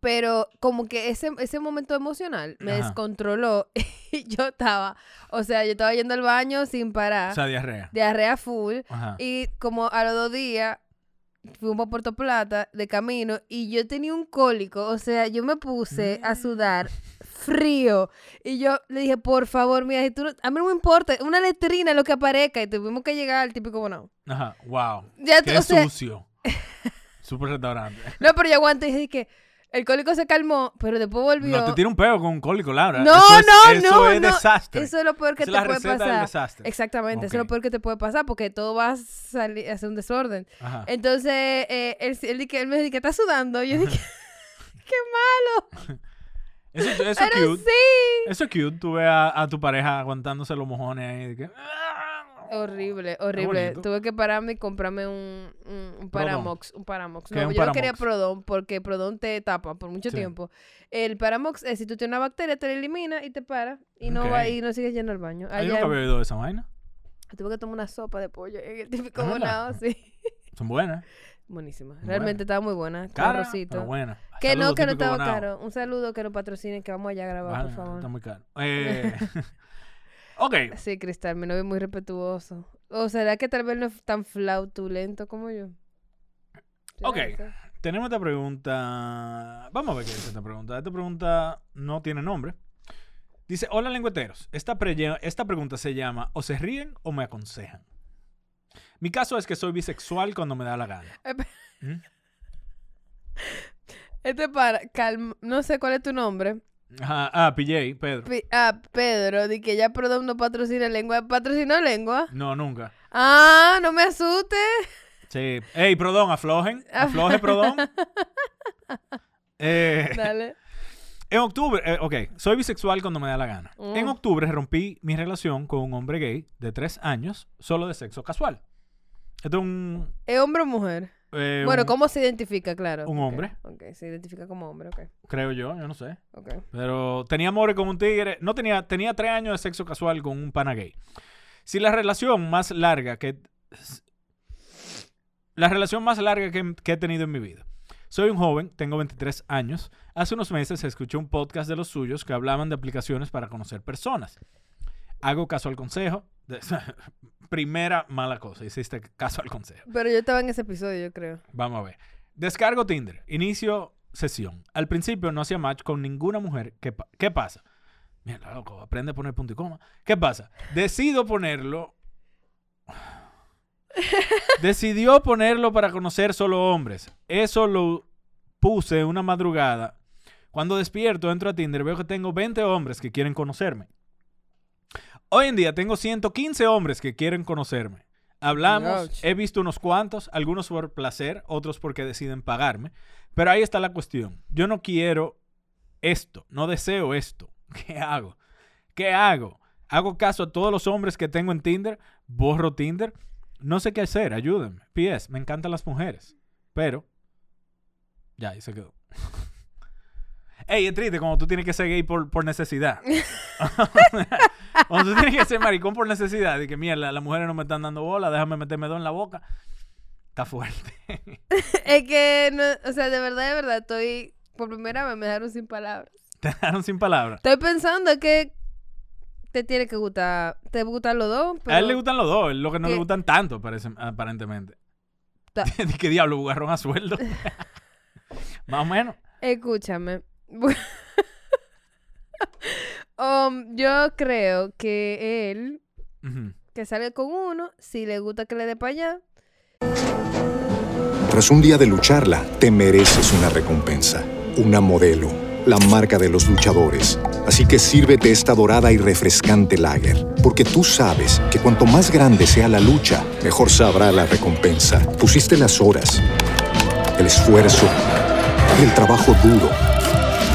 Pero como que ese, ese momento emocional me
Ajá.
descontroló y yo estaba, o sea, yo estaba yendo al baño sin parar,
O sea, diarrea.
diarrea full.
Ajá.
Y como a los dos días fuimos a Puerto Plata de camino y yo tenía un cólico, o sea, yo me puse
Mm.
a sudar frío y yo le dije, por favor, mira, si tú no- a mí no me importa, una letrina lo que aparezca y tuvimos que llegar al típico, bueno,
Ajá. Wow.
ya,
Qué
o sea,
sucio. Super restaurante.
no, pero yo aguanté y dije que el cólico se calmó, pero después volvió.
No te tira un peo con un cólico, Laura.
No,
Eso es-
no,
eso
no,
es
no.
desastre.
Eso es lo peor que
Esa es
te
la
puede
receta del
pasar.
desastre.
Exactamente, eso es
Ok.
lo peor que te puede pasar porque todo va a salir, a ser un desorden.
Ajá.
Entonces, eh, él, él di que- él me dice que está sudando. Yo dije, qué malo.
Eso, eso es
Pero
cute.
sí.
Eso es cute. Tú ves a, a tu pareja aguantándose los mojones ahí. de que- "Ah".
Horrible, horrible.
bonito.
Tuve que pararme y comprarme un, un, un Paramox. Un Paramox.
¿Qué
No,
es un
yo no quería
Paramox?
Prodón porque Prodón te tapa por mucho
Sí.
tiempo. El Paramox es si tú tienes una bacteria, te la elimina y te para. Y no va
Ok.
y no sigues yendo al baño.
Ay, Yo
Allá
nunca había oído de esa vaina.
tuve que tomar una sopa de pollo en el típico
Ah, ¿verdad?
bonado, sí.
Son buenas.
Buenísima.
Buena.
Realmente estaba muy buena. con
Caras,
arrocito.
pero buenas.
Que no,
Saludos,
que no
típico
estaba
bonao.
caro. Un saludo que nos patrocinen, que vamos allá a grabar,
Vale,
por favor.
Está muy caro. Eh, ok.
Sí, Cristal, mi novio es muy respetuoso. ¿O será que tal vez no es tan flautulento como yo? ¿Será
Ok.
eso?
Tenemos esta pregunta. Vamos a ver qué dice esta pregunta. Esta pregunta no tiene nombre. Dice: Hola, lengüeteros. Esta, prelle- esta pregunta se llama: ¿O se ríen o me aconsejan? Mi caso es que soy bisexual cuando me da la gana.
Espe-
¿Mm?
Este para, calm- no sé cuál es tu nombre.
Ajá, ah, PJ, Pedro.
Pi- ah, Pedro, di que ya Prodom no patrocina lengua. ¿Patrocinó lengua?
No, nunca.
Ah, no me asustes.
Sí. Ey, Prodón, aflojen. Afloje, Prodón. Eh,
Dale.
En octubre, eh, ok, soy bisexual cuando me da la gana.
Mm.
En octubre rompí mi relación con un hombre gay de tres años, solo de sexo casual. Este es un.
¿Es hombre o mujer?
eh,
bueno,
un-
¿cómo se identifica, claro?
un
ok,
hombre.
Ok, se identifica como hombre, ok.
Creo yo, yo no sé.
Ok.
Pero tenía amores con un tigre. No tenía, tenía tres años de sexo casual con un pana gay. Si la relación más larga que. La relación más larga que, que he tenido en mi vida. Soy un joven, tengo 23 años. Hace unos meses escuché un podcast de los suyos que hablaban de aplicaciones para conocer personas. Hago caso al consejo. de- primera mala cosa, hiciste caso al consejo.
Pero yo estaba en ese episodio, yo creo.
Vamos a ver. Descargo Tinder. Inicio sesión. Al principio no hacía match con ninguna mujer. ¿Qué, pa- qué pasa? Mira, loco, aprende a poner punto y coma. ¿Qué pasa? Decido ponerlo. Decidió ponerlo para conocer solo hombres. Eso lo puse una madrugada. Cuando despierto, entro a Tinder, veo que tengo 20 hombres que quieren conocerme. Hoy en día tengo 115 hombres que quieren conocerme. Hablamos,
Ouch.
he visto unos cuantos, algunos por placer, otros porque deciden pagarme. Pero ahí está la cuestión. Yo no quiero esto, no deseo esto. ¿Qué hago? ¿Qué hago? ¿Hago caso a todos los hombres que tengo en Tinder? ¿Borro Tinder? No sé qué hacer, ayúdenme. P.S. Me encantan las mujeres. Pero... Ya, ahí se quedó. Ey, es triste cuando tú tienes que ser gay por, por necesidad. cuando tú tienes que ser maricón por necesidad. Y que, mierda, las mujeres no me están dando bola, déjame meterme dos en la boca. Está fuerte.
Es que, no- o sea, de verdad, de verdad, estoy. Por primera vez me dejaron sin palabras.
Te dejaron sin palabras.
Estoy pensando que te tiene que gustar. Te gustan los dos. Pero
a él le gustan los dos, lo que no le
¿Qué?
gustan tanto, parece, aparentemente.
Ta-
¿Qué diablo? ¿Bugarrón a sueldo? Más o menos.
Escúchame. Bu- Um, yo creo que él
Ujú.
que salga con uno, si le gusta que le dé para allá.
Tras un día de lucharla, te mereces una recompensa, una modelo, la marca de los luchadores. Así que sírvete esta dorada y refrescante lager, porque tú sabes que cuanto más grande sea la lucha, mejor sabrá la recompensa. Pusiste las horas, el esfuerzo, el trabajo duro.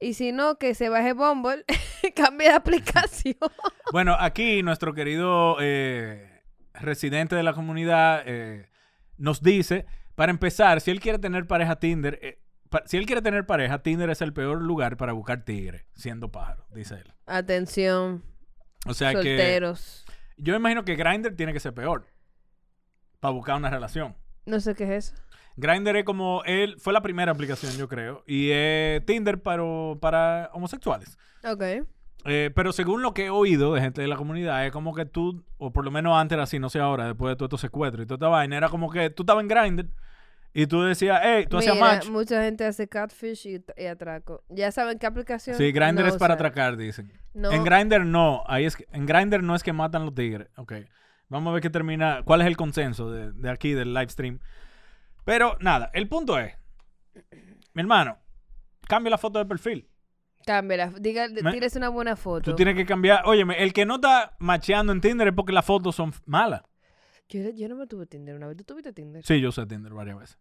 Y si no, que se baje Bumble, cambie de aplicación.
Bueno, aquí nuestro querido eh, residente de la comunidad eh, nos dice, para empezar, si él quiere tener pareja Tinder, eh, pa- si él quiere tener pareja, Tinder es el peor lugar para buscar tigre, siendo pájaro, dice él.
Atención,
O sea
solteros.
que yo imagino que Grindr tiene que ser peor para buscar una relación.
No sé qué es eso.
Grindr es como él fue la primera aplicación, yo creo, y es Tinder pero para homosexuales.
Ok.
Eh, pero según lo que he oído de gente de la comunidad, es como que tú, o por lo menos antes era así, no sé ahora, después de todo estos secuestros y toda esta vaina, era como que tú estabas en Grindr y tú decías, hey, tú hacías
Mira,
match.
mucha gente hace catfish y, y atraco. ¿Ya saben qué aplicación?
Sí, Grindr
No,
es
o
para
sea,
atracar, dicen.
No,
En Grindr no, ahí es que- en Grindr no es que matan los tigres. Ok. Vamos a ver qué termina, cuál es el consenso de, de aquí, del live stream. Pero nada, el punto es, mi hermano, cambia la foto de perfil.
cámbiala. Diga,
Me-
tírese una buena foto.
Tú tienes que cambiar. Óyeme, el que no está macheando en Tinder es porque las fotos son malas.
Yo, yo no me tuve Tinder una vez. ¿Tú tuviste Tinder?
Sí, yo usé Tinder varias veces.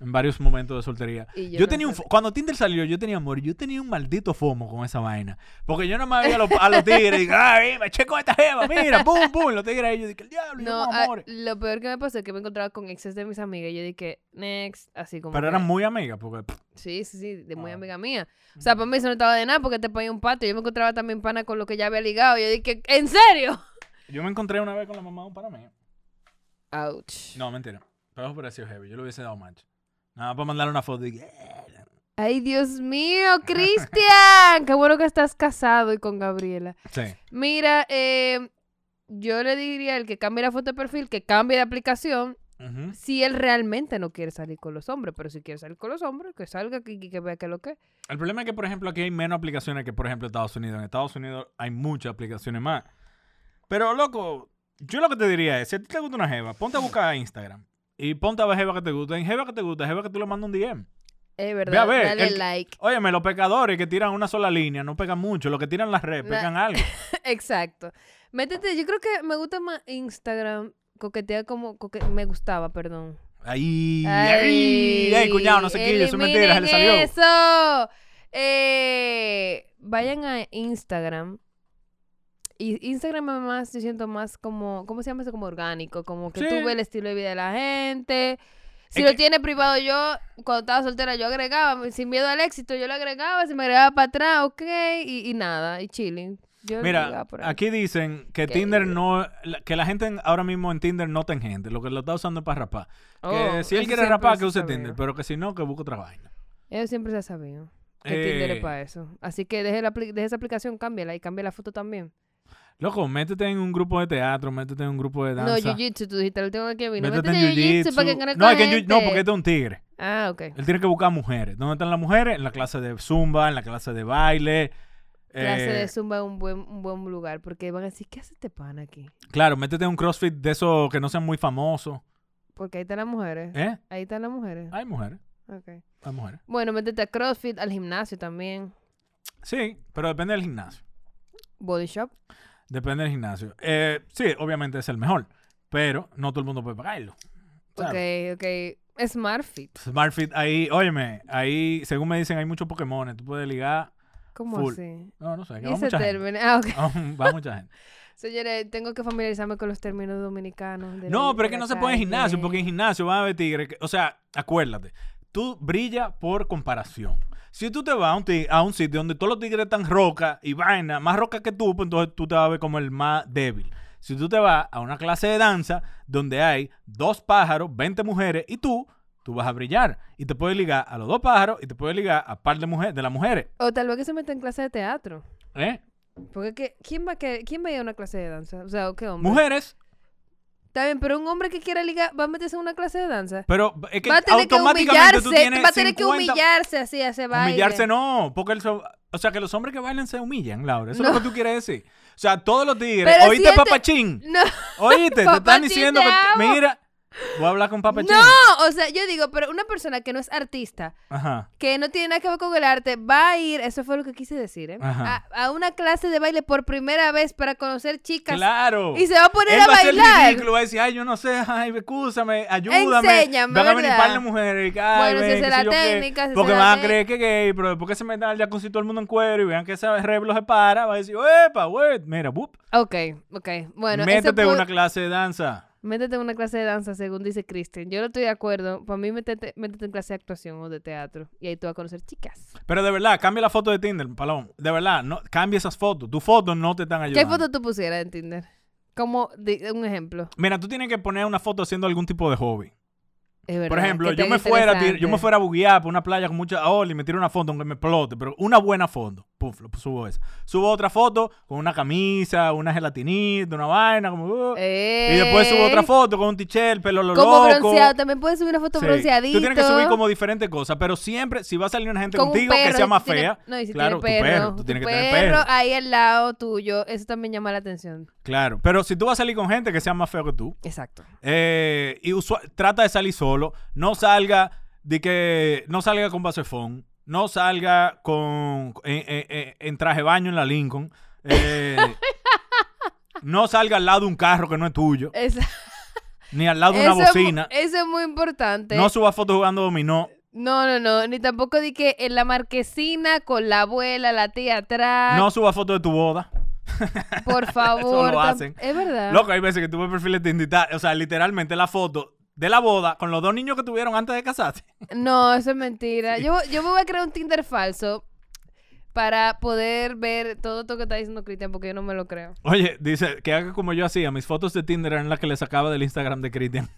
En varios momentos de soltería.
Y
Yo,
yo no
tenía un...
usé.
fo- Cuando Tinder salió, yo tenía amor. Yo tenía un maldito FOMO con esa vaina. Porque yo nada más veía a los, a los tigres y digo, ay, me checo esta jeva, mira, pum, pum. Los tigres ahí, yo dije, el diablo,
No,
yo con
ah,
amores.
lo peor que me pasó es que me encontraba con exes de mis amigas y yo dije, next, así como.
Pero
que-
eran muy amigas porque... pff,
Sí, sí, sí, de muy
Ah.
amiga mía. O sea, para mí eso no estaba de nada porque te ponía un pato. Yo me encontraba también pana con lo que ya había ligado. Yo dije, ¿en serio?
Yo me encontré una vez con la mamá de un para mí.
Ouch.
No, mentira. Pero eso pareció heavy. Yo le hubiese dado mancha. Nada, para mandarle una foto y dije, "Eh".
Ay, Dios mío, Cristian. Qué bueno que estás casado y con Gabriela.
Sí.
Mira, eh, yo le diría al que cambie la foto de perfil, que cambie de aplicación,
Ujú.
si él realmente no quiere salir con los hombres. Pero si quiere salir con los hombres, que salga y que, que vea que lo que.
El problema es que, por ejemplo, aquí hay menos aplicaciones que, por ejemplo, Estados Unidos. En Estados Unidos hay muchas aplicaciones más. Pero, loco, yo lo que te diría es, si a ti te gusta una jeva, ponte a buscar a Instagram. Y ponte a ver jeva que te gusta. En jeva que te gusta, jeva que tú le mandas un DM.
Es verdad.
Ve a ver,
Dale
el-
like.
Óyeme, los pecadores que tiran una sola línea no pegan mucho. Los que tiran las redes
Na-
pegan algo.
Exacto. Métete, yo creo que me gusta más Instagram. Coquetea como. coque- me gustaba, perdón.
Ahí, ahí. Ey, cuñado, no se quille, eso es mentira, se le salió.
eliminen ¡Eso! Eh, vayan a Instagram Y Instagram es más, yo siento más como, ¿cómo se llama eso? Como orgánico, como que
Sí.
tú ves el estilo de vida de la gente. Si
Es
lo
que-
tiene privado yo, cuando estaba soltera, yo agregaba, sin miedo al éxito, yo lo agregaba, si me agregaba para atrás, ok, y, y nada, y chilling. Yo lo agregaba
Mira,
por ahí.
aquí dicen que
Ok.
Tinder no, la- que la gente en- ahora mismo en Tinder no ten gente, lo que lo está usando es para rapar.
Oh,
que si él quiere
eso siempre
rapar,
se
que use
sabía.
Tinder, pues. pero que si no, que busque otra vaina.
Ellos siempre se han sabido que Tinder
Eh,
es para eso. Así que deje, la, apli- deje esa aplicación, cámbiala y cambia la foto también.
Loco, métete en un grupo de teatro, métete en un grupo de danza.
No, Jiu-Jitsu, tú dijiste, lo tengo aquí, vino.
métete,
Métete en Jiu-Jitsu para que
jiu-jitsu.
conozca
No, es que en jiu-
gente.
no, porque este es un tigre.
Ah, ok.
Él tiene que buscar mujeres. ¿Dónde están las mujeres? En la clase de zumba, en la clase de baile.
Clase
eh,
de Zumba es un buen, un buen lugar porque van a decir, ¿qué hace este pan aquí?
Claro, métete en un CrossFit de esos que no sean muy famosos.
Porque ahí están las mujeres.
¿Eh?
Ahí están las mujeres.
Hay mujeres.
Ok.
Hay mujeres.
Bueno, métete a CrossFit, al gimnasio también.
Sí, pero depende del gimnasio.
Body Shop.
Depende del gimnasio. Eh, sí, obviamente es el mejor, pero no todo el mundo puede pagarlo. ¿sabes?
Ok, ok. SmartFit.
SmartFit Pues, ahí, óyeme, ahí, según me dicen, hay muchos Pokémon, tú puedes ligar.
¿Cómo
Full.
así?
No, no sé, que
¿Y
va
ese
mucha gente.
término? Ah, ok.
Va mucha gente.
Señores, tengo que familiarizarme con los términos dominicanos. de la-
No, pero
de
es que
la
no se puede en
calle.
gimnasio, porque en gimnasio van a ver tigres. que- O sea, acuérdate, tú brillas por comparación. Si tú te vas a un, ti- a un sitio donde todos los tigres están roca y vaina, más roca que tú, pues entonces tú te vas a ver como el más débil. Si tú te vas a una clase de danza donde hay dos pájaros, 20 mujeres y tú, tú vas a brillar. Y te puedes ligar a los dos pájaros y te puedes ligar a par de, mujeres, de las mujeres.
O tal vez que se meta en clase de teatro.
¿eh?
Porque es que- ¿quién, va a querer- ¿quién va a ir a una clase de danza? O sea, ¿qué hombre?
Mujeres,
Está bien, pero un hombre que quiera ligar va a meterse en una clase de danza.
pero es que
va a tener que
automáticamente tú
humillarse.
tienes
Va a tener que
50
humillarse así, hace baile.
Humillarse no, porque el so- o sea que los hombres que bailan se humillan, Laura. Eso es
No.
lo que tú quieres decir. O sea, todos los tigres,
Pero
oíste
si este-
papachín,
No.
oíste, te están
Papachín,
diciendo
te
que
amo.
mira, voy a hablar con papachín.
No, o sea, yo digo, pero una persona que no es artista,
Ajá.
que no tiene nada que ver con el arte, va a ir, eso fue lo que quise decir, ¿eh? a,
Ajá.
a una clase de baile por primera vez para conocer chicas.
Claro.
Y se va a poner
Él
a
va a ser
bailar.
ridículo, va a decir, ay, yo no sé, ay, escúchame, ayúdame.
Enséñame,
van a venir
¿verdad?
par de mujeres. y, ay,
Bueno,
ven, qué
si esa es
sé
la
yo qué.
técnica, si esa
Porque
es la
van a
te-
creer que es gay, pero porque se meten al jacuzzi todo el mundo en cuero y vean que ese reblo se para, va a decir, epa, güey, mira, bup,
Ok, ok. Bueno, ese
métete en
pu-
una clase de danza.
métete en una clase de danza, según dice Kristen. Yo no estoy de acuerdo. Para mí, métete, métete en clase de actuación o de teatro. Y ahí tú vas a conocer chicas.
Pero de verdad, cambia la foto de Tinder, Palón. De verdad, no, cambia esas fotos. Tus fotos no te están ayudando.
¿Qué foto tú pusieras en Tinder? Como di- un ejemplo.
Mira, tú tienes que poner una foto haciendo algún tipo de hobby.
Es verdad,
Por ejemplo,
que
yo
tan
me, fuera, a tir- yo
interesante.
me fuera a buguear por una playa con mucha ola y me tiro una foto aunque me explote, pero una buena foto. Puf, lo- subo esa. Subo otra foto con una camisa, una gelatinita, una vaina, como... uh, Y
Eh,
después subo otra foto con un t-shirt, pelo lo loco.
Como bronceado, también puedes subir una foto
Sí.
bronceadita.
Tú tienes que subir como diferentes cosas, pero siempre, si va a salir una gente
con un
contigo que
perro,
sea
si
más
tiene-
fea,
no, y si
claro,
tiene perro,
tú
tu
tienes que
perro
tener perro.
ahí al lado tuyo, eso también llama la atención.
Claro, pero si tú vas a salir con gente que sea más feo que tú,
Exacto.
eh, y usua- trata de salir solo, no salga de que no salga con basefón, no salga con en, en- en- en traje de baño en la Lincoln, eh, no salga al lado de un carro que no es tuyo, ni al lado de una
eso, es mu-
bocina,
eso es muy importante.
no suba fotos jugando dominó.
No, no, no, ni tampoco di que en la marquesina con la abuela, la tía atrás,
No suba fotos de tu boda.
por favor.
lo
tam-
hacen.
Es verdad.
Loco, hay veces que tú ves perfiles de invitar, o sea, literalmente la foto de la boda con los dos niños que tuvieron antes de casarse.
No, eso es mentira. Yo, yo me voy a crear un Tinder falso para poder ver todo esto que está diciendo Cristian porque yo no me lo creo.
Oye, dice que haga como yo hacía. Mis fotos de Tinder eran las que le sacaba del Instagram de Cristian.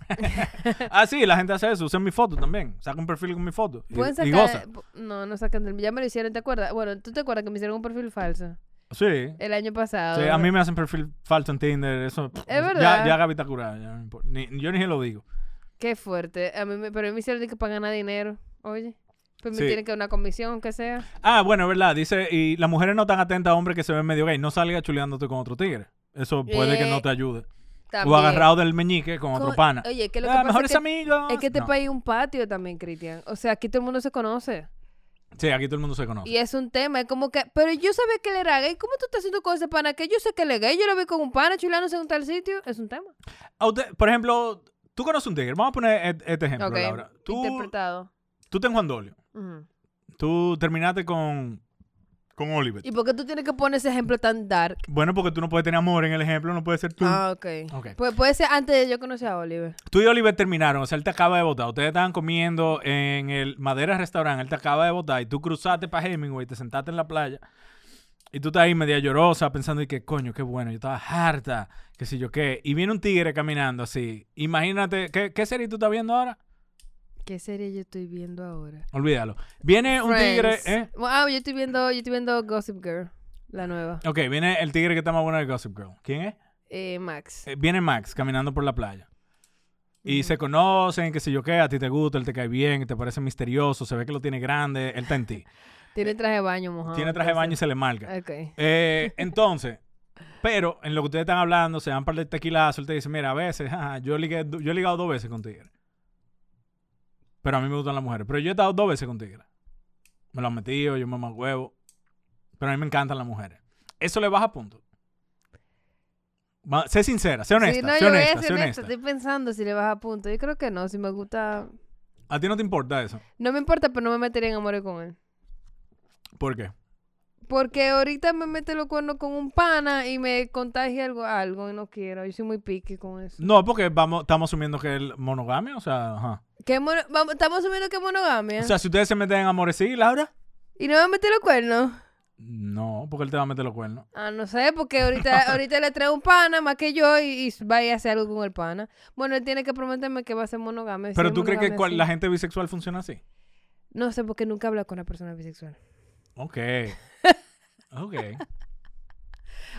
ah, sí, la gente hace eso. Usa mi foto también. Saca un perfil con mi foto. Y,
Pueden
y
sacar.
goza.
pu- No, no sacan del. Ya me lo hicieron, ¿te acuerdas? Bueno, ¿tú te acuerdas que me hicieron un perfil falso
Sí.
el año pasado?
Sí, a mí me hacen perfil falso en Tinder. Eso.
Es
Ya,
verdad.
ya Gaby está curada. ya no importa. Ni- yo ni se lo digo.
Qué fuerte. A mí me... Pero a mí me hicieron de que para ganar dinero. Oye, pues
Sí.
me tienen que dar una comisión, aunque sea.
Ah, bueno, es verdad. Dice, y las mujeres no están atentas a hombres que se ven medio gay. No salga chuleándote con otro tigre. Eso puede que
Eh,
no te ayude. O
También.
agarrado del meñique con otro
Co-
pana.
Oye, que lo que
Ah,
pasa
mejores
es que,
amigos.
es que este
No.
país es un patio también, Cristian. O sea, aquí todo el mundo se conoce.
Sí, aquí todo el mundo se conoce.
Y es un tema, es como que, pero yo sabía que él era gay, ¿cómo tú estás haciendo cosas de pana que yo sé que él es gay? Yo lo vi con un pana chulándose en un tal sitio, es un tema.
A usted, por ejemplo, tú conoces un tigre. Vamos a poner et- este ejemplo,
Ok,
Laura. Tú,
interpretado.
tú estás en Juan Dolio.
Ujú.
Tú terminaste con, con Oliver.
¿Y por qué tú tienes que poner ese ejemplo tan dark?
Bueno, porque tú no puedes tener amor en el ejemplo, no puedes ser tú.
Ah, ok.
Ok.
Pues puede ser antes de yo conocer a Oliver.
Tú y Oliver terminaron, o sea, él te acaba de votar. Ustedes estaban comiendo en el Madera Restaurant, él te acaba de votar y tú cruzaste para Hemingway, te sentaste en la playa y tú estás ahí media llorosa pensando y que coño, qué bueno, yo estaba harta, qué sé yo qué. Y viene un tigre caminando así. Imagínate, ¿qué, qué serie tú estás viendo ahora?
¿Qué serie yo estoy viendo ahora?
Olvídalo. Viene un tigre,
Friends.
¿eh?
Bueno, Ah, yo estoy viendo, yo estoy viendo Gossip Girl, la nueva.
Ok, viene el tigre que está más bueno de Gossip Girl. ¿Quién es?
Eh, Max.
Eh, viene Max caminando por la playa. Y se conocen, qué sé yo qué, a ti te gusta, él te cae bien, te parece misterioso, se ve que lo tiene grande, él está en ti.
Tiene traje de baño mojado.
eh, Tiene traje de baño y se le marca.
entonces- Ok.
Eh, entonces, pero en lo que ustedes están hablando, se dan para el tequilazo, él te dice, mira, a veces, ajá, yo, ligué du- yo he ligado dos veces con tigre. Pero a mí me gustan las mujeres. Pero yo he estado dos veces con tigre. Me lo han metido, yo me más huevo. Pero a mí me encantan las mujeres. Eso le baja punto. Va- sé sincera, sé honesta,
Sí, no,
sé
yo voy a
honesta,
ser
sé
honesta.
honesta.
Estoy pensando si le vas a punto. Yo creo que no, si me gusta...
A ti no te importa eso.
No me importa, pero no me metería en amores con él.
¿Por qué?
Porque ahorita me mete los cuernos con un pana y me contagia algo, algo y no quiero. Yo soy muy piqui con eso.
No, porque vamos, estamos asumiendo que es monogamia, o sea, ajá.
¿Qué mono- vamos- estamos asumiendo que es monogamia.
O sea, si ustedes se meten en amores, sí, Laura.
y no me mete los cuernos.
No, porque él te va a meter los cuernos.
Ah, no sé, porque ahorita, ahorita le traigo un pana más que yo y, y va a ir a hacer algo con el pana. Bueno, él tiene que prometerme que va a ser monogamia. Si
Pero
es
tú crees que
monogamia,
cual-
sí.
la gente bisexual funciona así.
No sé, porque nunca habla con una persona bisexual.
Ok. Ok.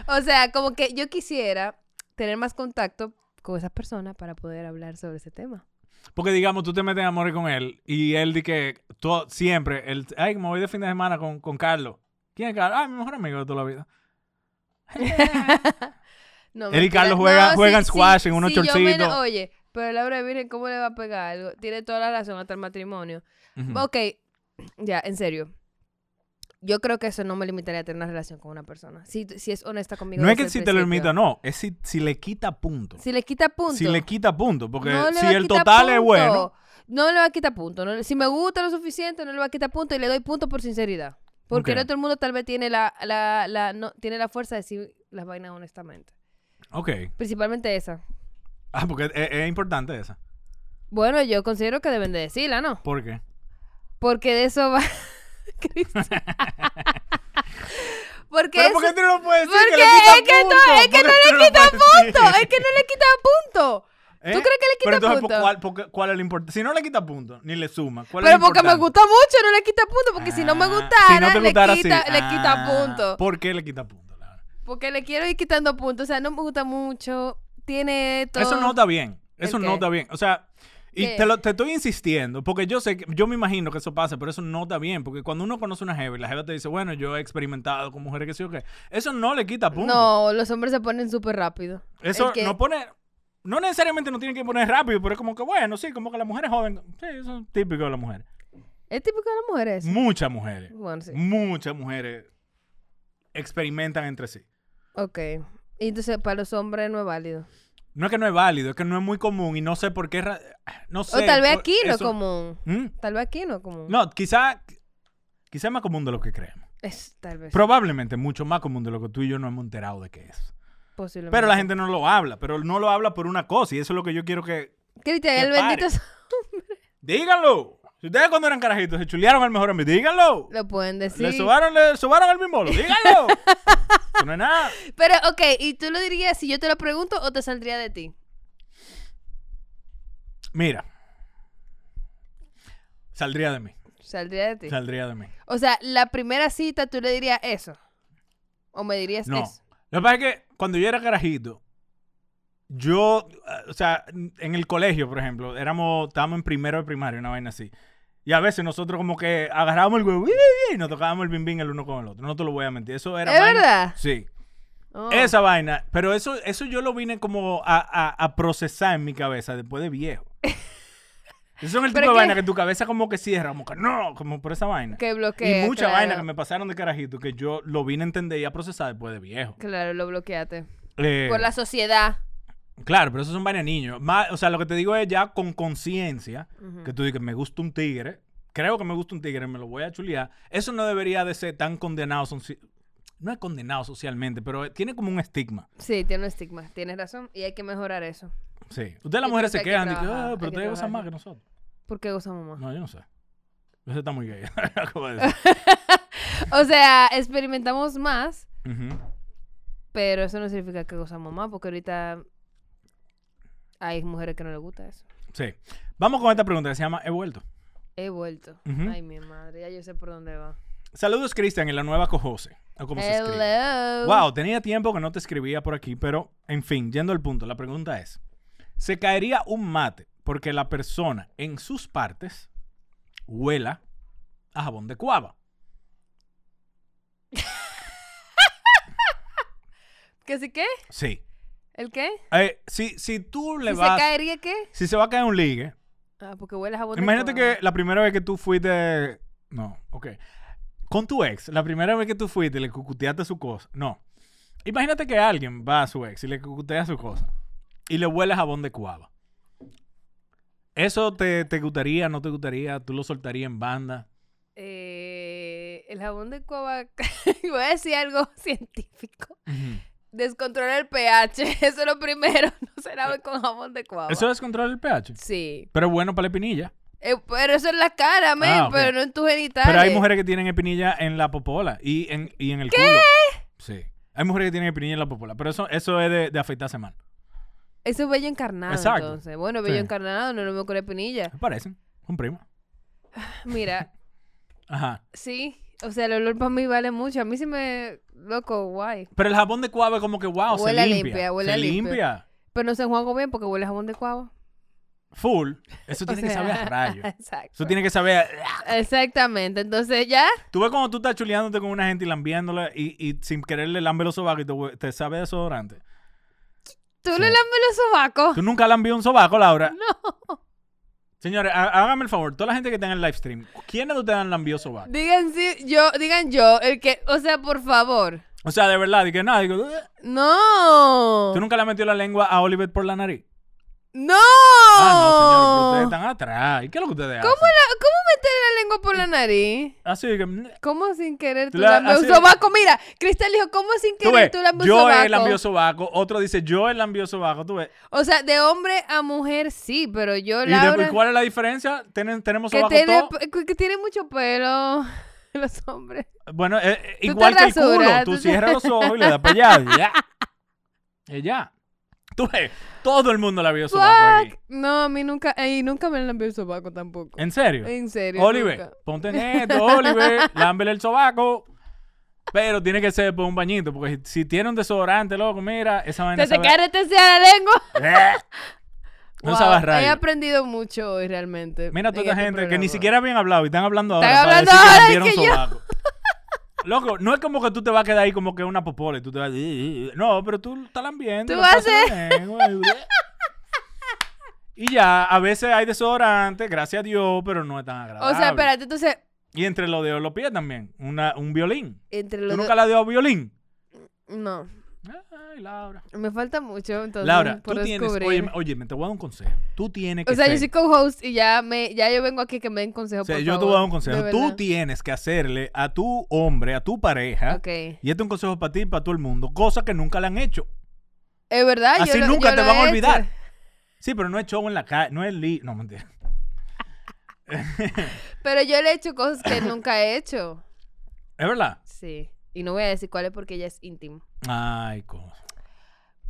O sea, como que yo quisiera tener más contacto con esa persona para poder hablar sobre ese tema.
Porque digamos, tú te metes en amores con él y él dice que tú, siempre, él, ay, me voy de fin de semana con, con Carlos. ¿Quién es Carlos? Ah, mi mejor amigo de toda la vida.
No,
Él y
mentira.
Carlos juegan- juegan squash en unos
yo me eno-
chorcitos.
Oye, pero Laura Virgen, ¿cómo le va a pegar algo? Tiene toda la razón hasta el matrimonio.
Ujú.
Ok, ya, en serio. Yo creo que eso no me limitaría a tener una relación con una persona. Si, si es honesta conmigo.
No es
desde
que
el
si te lo
principio.
imita, no. Es si, si le quita punto.
Si le quita punto.
Si le quita punto. Porque
no le
si
va a
el
quitar
total es
punto.
bueno.
No le va a quitar punto. No le- si me gusta lo suficiente, no le va a quitar punto y le doy punto por sinceridad. Porque
Ok.
no todo el mundo tal vez tiene la, la, la- no, tiene la fuerza de decir las vainas honestamente.
Ok.
Principalmente esa.
Ah, porque es, es importante esa.
Bueno, yo considero que deben de decirla, ¿no?
¿Por qué?
Porque de eso va. Cristo. porque
Pero
eso-
porque tú no puedes decir que
Porque
le quita
es que no-
punto.
es que
¿Por qué
no
tú
le quita
puedes decir?
punto. Es que no le quita punto.
¿Eh?
¿Tú crees que le
Pero
quita
entonces, ¿por
punto?
¿cuál, por qué- cuál es lo importante? Si no le quita punto, ni le suma. ¿cuál es
Pero
lo
porque me
importante?
gusta mucho, no le quita punto. Porque si no me
Ah,
gustara,
si no te gustara,
le, quita,
sí.
le
Ah,
quita punto.
¿Por qué le quita punto? Laura?
Porque le quiero ir quitando puntos. O sea, no me gusta mucho. Tiene todo.
Eso no está bien. Eso
¿El
no
qué?
está bien. O sea, y
¿Qué?
te, lo, te estoy insistiendo, porque yo sé, que, yo me imagino que eso pasa, pero eso no está bien. Porque cuando uno conoce una jeva y la jeva te dice, bueno, yo he experimentado con mujeres que sí o qué, eso no le quita punto.
No, los hombres se ponen súper rápido.
Eso
El que-
no pone. No necesariamente no tiene que poner rápido, pero es como que bueno, sí, como que las mujeres joven. Sí, eso es típico de las mujeres.
Es típico de las mujeres.
Muchas mujeres.
Bueno, sí.
Muchas mujeres experimentan entre sí.
Ok. Y entonces, para los hombres no es válido.
No es que no es válido, es que no es muy común y no sé por qué. ra- No sé.
o tal vez
por-
aquí no es
eso-
común.
¿Mm?
Tal vez aquí no es común.
No, quizá, quizá es más común de lo que creemos.
Es, tal vez.
Probablemente mucho más común de lo que tú y yo no hemos enterado de que es.
posiblemente.
Pero la gente no lo habla, pero no lo habla por una cosa y eso es lo que yo quiero que...
Cristian,
que
el
pare.
bendito.
¡Díganlo! Si ustedes cuando eran carajitos se chulearon al mejor amigo, díganlo.
Lo pueden decir.
Le sobaron, le sobaron al mismo, díganlo. Eso no es nada.
Pero, ok, ¿y tú lo dirías si yo te lo pregunto o te saldría de ti?
Mira. Saldría de mí.
Saldría de ti.
Saldría de mí.
o sea, la primera cita tú le dirías eso. O me dirías
No.
eso.
Lo que pasa es que cuando yo era carajito, yo, eh, o sea, en el colegio, por ejemplo, éramos, estábamos en primero de primaria, una vaina así. Y a veces nosotros como que agarrábamos el huevo y nos tocábamos el bim bim el uno con el otro. No te lo voy a mentir. Eso era
¿Es
vaina-
verdad?
Sí.
Oh.
Esa vaina. Pero eso, eso yo lo vine como a, a- a procesar en mi cabeza después de viejo. Esos son el tipo
Pero
de
que-
vaina que tu cabeza como que cierra, como que no, como por esa vaina.
Que bloquea.
y mucha
claro.
vaina que me pasaron de carajito que yo lo vine a entender y a procesar después de viejo.
Claro, lo bloqueaste.
Eh,
Por la sociedad.
Claro, pero esos son vainas de niños. Más- o sea, lo que te digo es ya con conciencia,
Ujú.
que tú dices, me gusta un tigre, creo que me gusta un tigre, me lo voy a chulear. Eso no debería de ser tan condenado. soci- No es condenado socialmente, pero eh, tiene como un estigma.
Sí, tiene un estigma, tienes razón. Y hay que mejorar eso.
Sí. Ustedes las
Entonces
mujeres se
hay que
quejan de que,
trabajar,
"Ah,
hay
pero
que
ustedes gozan
trabajar.
más que nosotros.
¿Por qué gozamos más?
No, yo no sé. Eso está muy gay. Acabo de decir.
O sea, experimentamos más,
Ujú.
pero eso no significa que gozamos más, porque ahorita hay mujeres que no les gusta eso.
Sí. Vamos con esta pregunta que se llama He vuelto.
He vuelto.
Ujú.
Ay, mi madre, ya yo sé por dónde va.
Saludos, Cristian, en la nueva cojose. o como se escribe.
Hello.
Wow, tenía tiempo que no te escribía por aquí, pero en fin, yendo al punto, la pregunta es, ¿se caería un mate porque la persona en sus partes huela a jabón de cuava?
¿Qué sí qué?
Sí.
¿El qué?
Eh, si, si tú le
¿Si
vas...
se caería qué?
Si se va a caer un ligue,
Ah, porque huele a jabón de
imagínate
cloro.
que la primera vez que tú fuiste... No, ok. Con tu ex, la primera vez que tú fuiste le cucuteaste su cosa. No. Imagínate que alguien va a su ex y le cucutea su cosa y le huele a jabón de cuava. ¿Eso te, te gustaría, no te gustaría? ¿Tú lo soltarías en banda?
Eh, el jabón de coba... Voy a decir algo científico. Descontrolar el pH. Eso es lo primero. No se lave con jabón de coba.
Eh, Eso es controlar el pH.
Sí.
Pero es bueno para la espinilla.
Eh, pero eso es la cara, men.
Ah, ok.
Pero no en tus genitales.
Pero hay mujeres que tienen espinilla en la popola y en, y en el culo. Sí. Hay mujeres que tienen espinilla en la popola. Pero eso, eso es de, de afeitarse mal.
Eso es bello encarnado,
Exacto.
entonces. Bueno, bello
Sí.
encarnado, no lo veo con espinilla.
Me parecen. Un primo.
Mira,
Ajá.
sí. O sea, el olor para mí vale mucho. A mí sí me... Loco, guay.
Pero el jabón de cuava es como que, wow,
Huele a
se limpia.
limpia, huele
se
a limpia.
limpia.
Pero no se enjuaga bien porque huele a jabón de cuava.
Full. Eso tiene que
sea,
saber a rayo.
Exacto.
Eso tiene que saber. a-
Exactamente. Entonces ya...
Tú ves cuando tú estás chuleándote con una gente y lambiéndola y, y sin querer le lambe los sobacos y te, hue- te sabe a desodorante. Sí.
Tú le lambes los sobacos.
¿Tú nunca lambió un sobaco, Laura? No. Señores, há- hágame el favor. Toda la gente que está en el live stream, ¿quiénes de ustedes han lambido sobaco?
Digan sí, yo, digan yo, el que, o sea, por favor.
O sea, de verdad, y que nada. digo, "Ugh".
No.
¿Tú nunca le has metido la lengua a Oliver por la nariz?
No.
Ah, no, señores, pero ustedes están atrás. ¿Y qué es lo que ustedes
¿Cómo,
hacen?
la- ¿Cómo meter la lengua por la nariz?
Así que. "Mm".
¿Cómo sin querer
Tú
tú
la-
lambes un
así-
sobaco? Mira, Cristal dijo, ¿cómo sin
Tú
querer
ves,
tú lambes un
yo
sobaco?
el lambio sobaco, otro dice yo el lambio sobaco, tú ves.
O sea, de hombre a mujer sí, pero yo,
¿Y de-
Laura,
cuál es la diferencia? ¿Tienen, tenemos
que
sobaco
tiene,
todo.
que tiene mucho pelo los hombres.
Bueno, eh, eh,
Tú te
igual que el culo,
rasuras,
tú
tú te-
cierras los ojos y le das para allá. y ya. Y ya. Tú ves, todo el mundo lambio sobaco aquí.
Fuck. No, a mí nunca, y nunca me lambió el sobaco tampoco.
¿En serio?
En serio.
Oliver,
nunca.
ponte en esto, Oliver, lámbele el sobaco. Pero tiene que ser por un bañito, porque si, si tiene un desodorante, loco, mira, esa vaina
¿Te, te
sabe- Eh,
queda retenciada la lengua?
No
Wow,
sabes
He
rayo.
aprendido mucho hoy realmente.
Mira toda
en
esta
este
gente que ni
programa.
siquiera habían hablado y están hablando ahora.
Están
para
hablando
decir
ahora
que
de
rompieron
que yo-
sobaco. Loco, no es como que tú te vas a quedar ahí como que una popola y tú te vas. "Ih, ih, ih". No, pero tú estás lambiendo.
Tú
la
vas a
pasas bien, güey. Y ya, a veces hay desodorante, gracias a Dios, pero no es tan
O
agradable.
sea, espérate, entonces,
Y entre los dedos los pies también. Una, un violín.
entre
¿Tú
los
nunca le has dado violín?
dos- No,
Ay, Laura.
me falta mucho entonces
Laura, tú
por
tienes.
descubrir.
Oye, oye, te voy a dar un consejo. Tú tienes que.
o sea, yo
ser-
soy co-host y ya me ya yo vengo aquí que me den consejos,
O sea,
por
yo te
favor.
voy a dar un
De
consejo. Tú
verdad.
tienes que hacerle a tu hombre, a tu pareja.
Ok.
Y este es un consejo para ti y para todo el mundo. Cosas que nunca le han hecho.
Es verdad, yo
Así
lo-
nunca
yo
te
lo
van a
he
olvidar.
hecho.
Sí, pero no es show en la calle. No es li... No, mentira.
Pero yo le he hecho cosas que nunca he hecho.
¿Es verdad?
Sí. Y no voy a decir cuál es porque ya es íntimo.
Ay, cosa.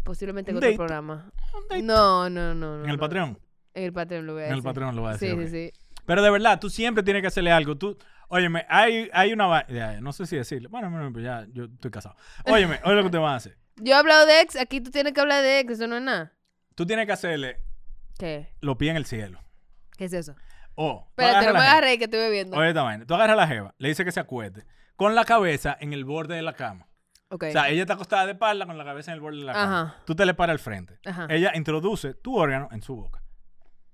Posiblemente
Un
en otro
date.
programa.
Un date.
No, no, no, no.
En el
no.
Patreon.
En el Patreon lo voy a
En
decir.
el Patreon lo voy a
Sí,
decir. ok.
sí, sí.
Pero de verdad, tú siempre tienes que hacerle algo. Tú, óyeme, hay, hay una... va- ya, no sé si decirle. Bueno, bueno, pues ya, yo estoy casado. Óyeme, oye lo que te van a hacer.
Yo he hablado de ex, aquí tú tienes que hablar de ex, eso no es nada.
Tú tienes que hacerle
¿Qué?
los pies en el cielo.
¿Qué es eso?
O... tú
Espérate,
agarras
no me
la jeva.
agarré que estoy bebiendo.
Oye, esta vaina. Tú agarras a la jeva, le dices que se acueste, con la cabeza en el borde de la cama.
Ok.
O sea, ella está acostada de espalda con la cabeza en el borde de la cama.
Ajá.
Tú te le paras al frente.
Ajá.
Ella introduce tu órgano en su boca.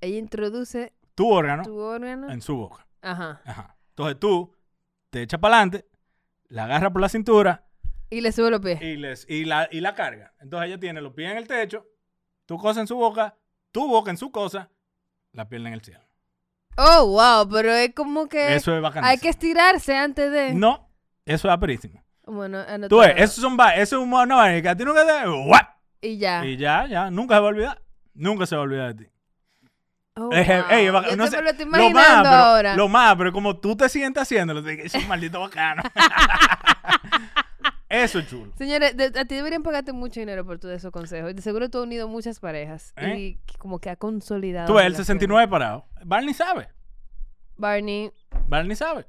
Ella introduce
Tu órgano
tu órgano.
en su boca.
Ajá.
Ajá. Entonces tú te echas para adelante, la agarras por la cintura
Y le sube los pies.
y, les, y, la, y la carga. Entonces ella tiene los pies en el techo, tu cosa en su boca, tu boca en su cosa, la pierna en el cielo.
Oh, wow, pero es como que
Eso es bacán.
hay que estirarse antes de.
No, eso es aperísimo.
Bueno, anotado.
Tú ves, eso, son va- eso es un una vaina que a ti nunca te... ¡guap!
Y ya.
Y ya, ya, nunca se va a olvidar. Nunca se va a olvidar de ti.
Oh,
Es-
wow.
ey, es bacán.
Yo
No
te
sé,
me lo estoy
más,
imaginando
pero-
ahora.
Lo más, pero como tú te sientes haciéndolo, te dices, "Ese maldito bacano. Eso es chulo.
Señores, de- a ti deberían pagarte mucho dinero por todos esos consejos. De seguro tú has unido muchas parejas
¿Eh?
y como que ha consolidado.
Tú ves, el
relaciones.
69 parado. Barney sabe.
Barney,
Barney sabe.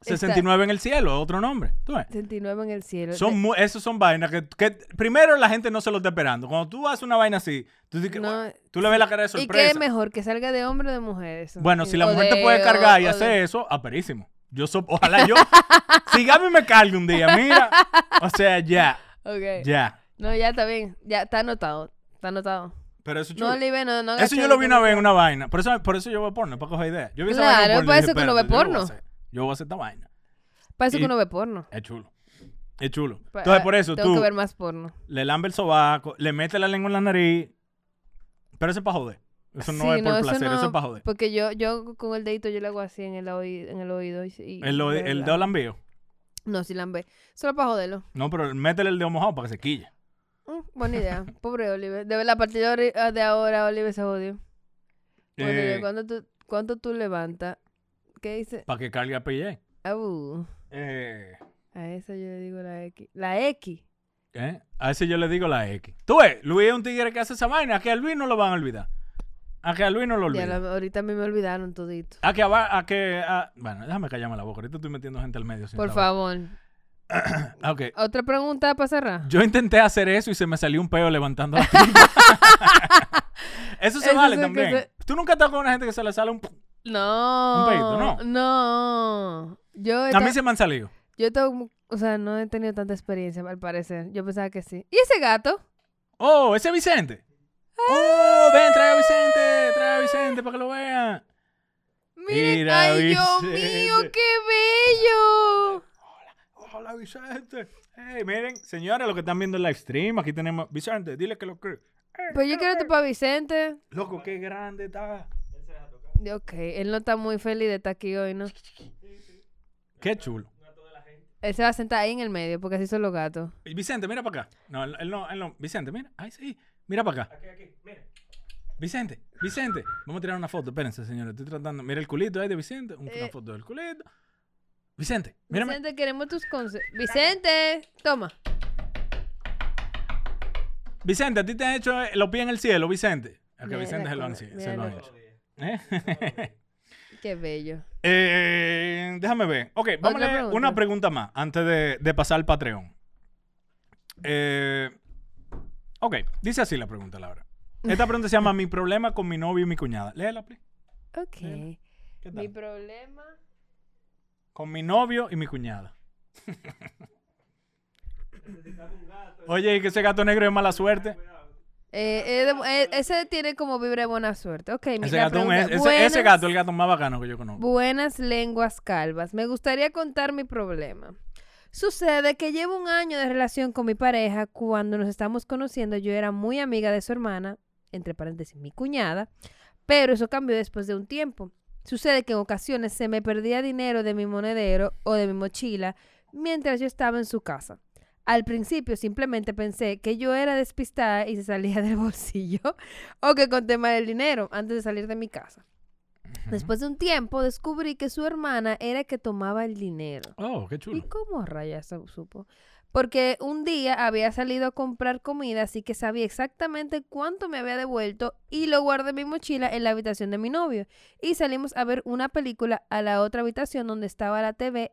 Está.
69 en el cielo, otro nombre. Tú ves.
69 en el cielo.
Son
De-
mu- esos son vainas que, que primero la gente no se lo está esperando. Cuando tú haces una vaina así, tú, dices que,
No.
"Guau", tú le ves la cara de
¿Y qué
sorpresa.
es mejor? ¿Que salga de hombre o de mujer? Eso.
Bueno, si la
O
mujer te
de-
puede
o-
cargar y
o de-
hacer eso, aperísimo. Yo so- ojalá yo, si Gaby me cargue un día, mira. O sea, ya,
Ok.
ya.
No, ya está bien. Ya está anotado. Está anotado.
Pero eso es chulo.
No, Libe, no, no.
eso
gacho,
yo lo vi
no-
una vez en una vaina. Por eso, por eso yo veo porno, para coger ideas. Yo vi esa
Claro,
vaina en porno y
para
dije,
eso
"Espérate,
que uno ve
yo lo voy a
porno".
hacer. Yo voy a hacer esta vaina.
Parece
y-
que uno ve porno.
Es chulo. Es chulo.
Pa-
Entonces,
ah,
por eso,
Tengo
tú
que ver más porno.
le lambe el sobaco, le mete la lengua en la nariz. Pero eso es para joder. Eso no
Sí,
es por
eso
placer, eso,
no,
es para joder.
Porque yo, yo con el dedito yo le hago así en el oído. En el oído y, y-
El, lo-
y-
el dedo lambío.
No, si la ve. Solo para joderlo.
No, pero métele el dedo mojado para que se quille.
Mm, buena idea. Pobre Oliver. De verdad, a partir de ori- ah, de ahora Oliver se jodió. Bueno,
Eh,
yo, ¿cuánto, tú, ¿Cuánto tú levantas? ¿Qué dice?
para que cargue a PJ.
Au.
Eh,
A eso yo le digo la X. La X.
¿eh? A veces yo le digo la X. Tú ves, Luis es un tigre que hace esa vaina. A que a Luis no lo van a olvidar. A que a Luis no lo
Ya
olvidan.
la- ahorita a mí me olvidaron todito.
A que a, va- a que a- Bueno, déjame callarme la boca. Ahorita estoy metiendo gente al medio. sin
Por
saber.
favor.
Ah, Ok.
¿Otra pregunta para cerrar?
Yo intenté hacer eso y se me salió un peo levantando la tipa. eso se
Eso
vale
sí que
también.
se-
Tú nunca estás con una gente que se le sale un... p-
No.
Un pedito, ¿no?
No. Yo he,
A mí
ta-
se me han salido.
yo he estado mu- o sea, no he tenido tanta experiencia, al parecer. Yo pensaba que sí. ¿Y ese gato?
Oh, ese es Vicente. Oh, ven, trae a Vicente. Trae a Vicente para que lo vean.
Miren,
Mira,
ay, Dios mío,
Vicente.
qué bello.
Hola, Vicente. Hey, miren, señores, los que están viendo el live stream, aquí tenemos... Vicente, dile que lo que...
Pero Pues yo quiero tu para Vicente.
Loco, qué grande está.
Ok, él no está muy feliz de estar aquí hoy, ¿no?
Qué chulo.
Él se va a sentar ahí en el medio porque así son los gatos.
Y Vicente, mira para acá. No, él él no, él no. Vicente, mira. Ahí sí. Mira para acá. Aquí, aquí. Mira. Vicente, Vicente. Vamos a tirar una foto. Espérense, señores. Estoy tratando. Mira el culito ahí de Vicente. Un- Una
Eh.
foto del culito. Vicente, mírame.
Vicente, queremos tus consejos. Vicente, toma.
Vicente, a ti te han hecho eh, los pies en el cielo, Vicente. A que
Mira
Vicente se lo han,
cómo-
se
mira
lo han
la-
hecho. ¿Eh?
Qué bello.
Eh, déjame ver. Ok, vamos a
Otra
leer
pregunta.
una pregunta más antes de, de pasar al Patreon. Eh, ok, dice así la pregunta, Laura. Esta pregunta se llama Mi problema con mi novio y mi cuñada. Léela, please.
Ok.
Mira, ¿Qué tal?
Mi problema.
Con mi novio y mi cuñada. Oye, y que ese gato negro es mala suerte.
Eh, eh, de- eh, ese tiene como vibra de buena suerte. Ok, mi-
Ese
la
gato, es un- e-,
pregunta,
ese- ese,
buenas-
gato es el gato más bacano que yo conozco.
Buenas lenguas calvas. Me gustaría contar mi problema. Sucede que llevo un año de relación con mi pareja. Cuando nos estamos conociendo, yo era muy amiga de su hermana, entre paréntesis, mi cuñada, pero eso cambió después de un tiempo. Sucede que en ocasiones se me perdía dinero de mi monedero o de mi mochila mientras yo estaba en su casa. Al principio simplemente pensé que yo era despistada y se salía del bolsillo o que conté mal el dinero antes de salir de mi casa. Después de un tiempo descubrí que su hermana era que tomaba el dinero.
Oh, qué
¿Y
chulo.
cómo rayas se supo? Porque un día había salido a comprar comida, así que sabía exactamente cuánto me había devuelto y lo guardé en mi mochila en la habitación de mi novio. Y salimos a ver una película a la otra habitación donde estaba la TV.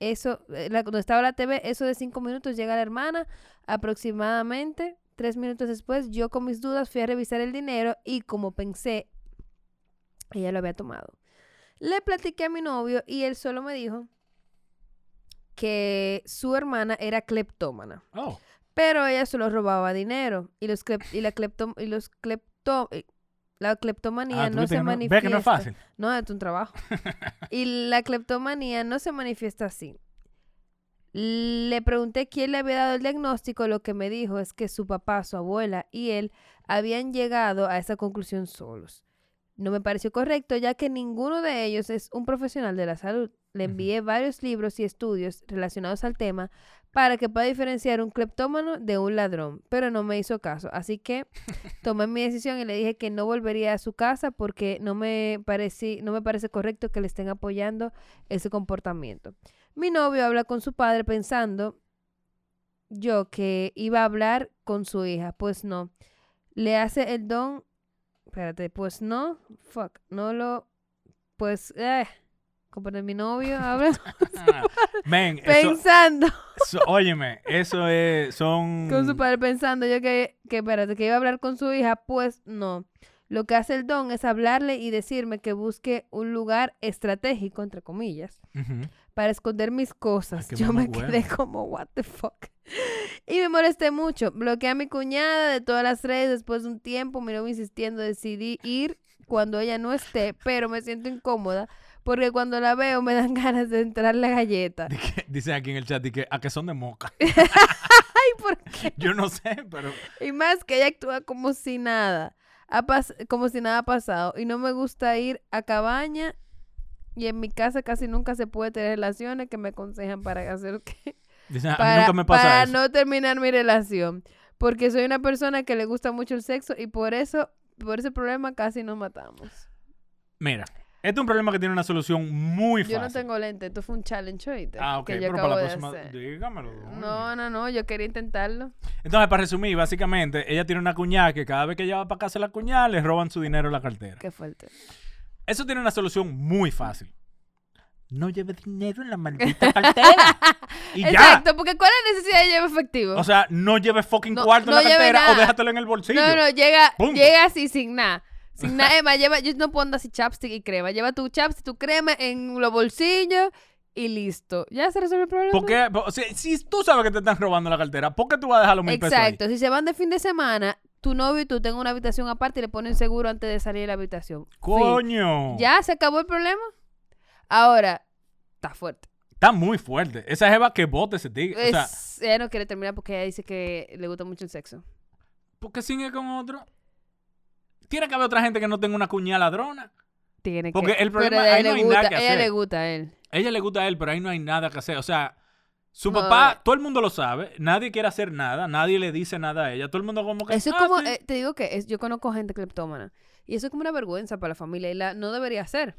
Eso, eh, la- donde estaba la TV, eso de cinco minutos llega la hermana, aproximadamente tres minutos después, yo con mis dudas fui a revisar el dinero y como pensé, ella lo había tomado. Le platiqué a mi novio y él solo me dijo que su hermana era cleptómana,
Oh,
pero ella solo robaba dinero y los clep- y la clepto y los clepto y la cleptomanía
Ah, tú
no
viste
se
que
manifiesta.
Ve que no es fácil.
No, es un trabajo. y la cleptomanía no se manifiesta así. Le pregunté quién le había dado el diagnóstico, lo que me dijo es que su papá, su abuela y él habían llegado a esa conclusión solos. No me pareció correcto ya que ninguno de ellos es un profesional de la salud. Le
Ujú.
envié varios libros y estudios relacionados al tema para que pueda diferenciar un cleptómano de un ladrón, pero no me hizo caso. Así que tomé mi decisión y le dije que no volvería a su casa porque no me, pareci- no me parece correcto que le estén apoyando ese comportamiento. Mi novio habla con su padre pensando yo que iba a hablar con su hija. Pues no. Le hace el don. Espérate, pues no. Fuck. No lo. Pues. Eh. Como de mi novio habla
Ah, Men, eso,
pensando.
eso- óyeme, eso es, son...
Con su padre pensando yo que, que espérate, que iba a hablar con su hija. Pues no. Lo que hace el don es hablarle y decirme que busque un lugar estratégico, entre comillas,
Ujú.
para esconder mis cosas.
qué
Yo me
mamagüevo.
quedé como, what the fuck. Y me molesté mucho. Bloqueé a mi cuñada de todas las redes después de un tiempo. Me insistiendo, decidí ir cuando ella no esté, pero me siento incómoda porque cuando la veo me dan ganas de entrar la galleta.
Di que- Dicen aquí en el chat di que a que son de moca.
Ay, ¿por qué?
Yo no sé, pero
Y más que ella actúa como si nada, ha pas- como si nada ha pasado. Y no me gusta ir a cabaña. Y en mi casa casi nunca se puede tener relaciones que me aconsejan para hacer que
dicen, a mí
para,
nunca me pasa
para
eso.
no terminar mi relación. Porque soy una persona que le gusta mucho el sexo y por eso, por ese problema casi nos matamos.
Mira, este es un problema que tiene una solución muy fácil.
Yo no tengo lente, esto fue un challenge ahorita.
Ah, ok,
que yo
pero
acabo
para la
de
próxima, mm.
hacer.
dígamelo. doña.
No, no, no, yo quería intentarlo.
Entonces, para resumir, básicamente, ella tiene una cuñada que cada vez que ella va para casa de la cuñada, le roban su dinero en la cartera.
Qué fuerte.
Eso tiene una solución muy fácil. No lleve dinero en la maldita cartera. y ya.
Exacto, porque ¿cuál es la necesidad de llevar efectivo?
O sea, no lleve fucking
No-
cuarto
no
en la
lleve
cartera o
nada.
déjatelo en el bolsillo.
no, no, llega,
Punto.
llega así sin nada. Sin nada, Emma, lleva, yo no pongo así chapstick y crema. Lleva tu chapstick, tu crema en los bolsillos y listo. Ya se resuelve el problema.
¿Por qué? O sea, si tú sabes que te están robando la cartera, ¿por qué tú vas a dejar los mil pesos ahí?
Exacto, si se van de fin de semana, tu novio y tú tengan una habitación aparte y le ponen seguro antes de salir de la habitación. Fin.
Coño.
Ya se acabó el problema. Ahora, está fuerte.
Está muy fuerte. Esa jeva que bote ese tigre. O sea,
Es- ella no quiere terminar porque ella dice que le gusta mucho el sexo.
¿por qué sigue con otro? Tiene que haber otra gente que no tenga una cuñada ladrona.
Tiene
Porque
que.
el problema-
pero a
ahí
él
no
le
hay nada
gusta,
que
a ella
hacer.
le gusta a él.
A ella le gusta a él, pero ahí no hay nada que hacer. O sea, su
No,
papá,
eh.
todo el mundo lo sabe. Nadie quiere hacer nada. Nadie le dice nada a ella. Todo el mundo como que...
Eso es
"Ah,
como,
sí".
eh, te digo que es- yo conozco gente cleptómana y eso es como una vergüenza para la familia y la no debería ser.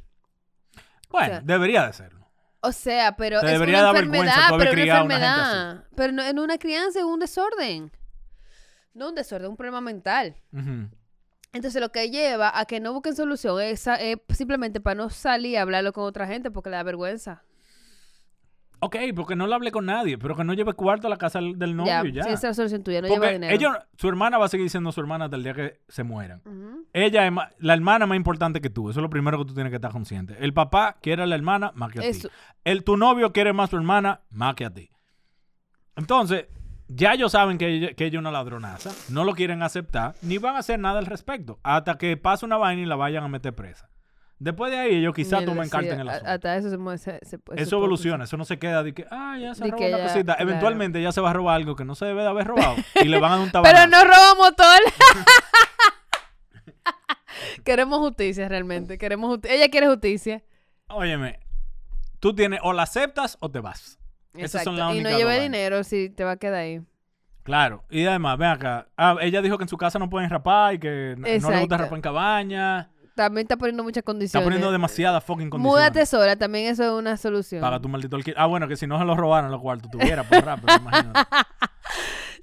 bueno,
sea,
debería de hacerlo.
O sea, pero
Te
es
debería
una
dar vergüenza
enfermedad,
tú haber
pero una
criado a una gente así.
enfermedad. Pero no, en una crianza es un desorden. No un desorden, un problema mental.
Ujú.
Entonces lo que lleva a que no busquen solución es, sa- es simplemente para no salir a hablarlo con otra gente porque le da vergüenza.
Ok, porque no lo hable con nadie, pero que no lleve cuarto a la casa del novio
ya,
y ya.
si esa es la solución tuya, no lleva
porque
dinero.
ellos, su hermana va a seguir siendo su hermana hasta el día que se mueran.
Ujú.
Ella es ma- la hermana más importante que tú. Eso es lo primero que tú tienes que estar consciente. El papá quiere a la hermana más que a
Eso.
ti. El tu novio quiere más a su hermana más que a ti. Entonces, ya ellos saben que ella, que ella es una ladronaza. No lo quieren aceptar, ni van a hacer nada al respecto. Hasta que pase una vaina y la vayan a meter presa. Después de ahí, ellos quizás
Ni
tomen
sí,
carta en el
a-
asunto.
Hasta eso se mueve. se- se-
Eso evoluciona, eso no se queda de que, ah, ya se
De
robó
que
una
ya,
cosita.
claro.
Eventualmente ya se va a robar algo que no se debe de haber robado y le van a dar un
Pero
tabanazo.
no robamos todo. el- Queremos justicia realmente. Queremos justi- Ella quiere justicia.
Óyeme, tú tienes o la aceptas o te vas. Esas
Exacto.
son las
y no
únicas
lleve
dos
dinero si te va a quedar ahí.
Claro, y además, ven acá. Ah, ella dijo que en su casa no pueden rapar y que n- no le gusta
Exacto.
rapar en cabaña.
También está poniendo muchas
Está
condiciones.
poniendo demasiadas fucking condiciones.
Múdate sola, también eso es una solución.
Paga tu maldito alquiler. Ah, bueno, que si no se lo robaron los cuartos, tuviera por pues, rap, pero imagínate.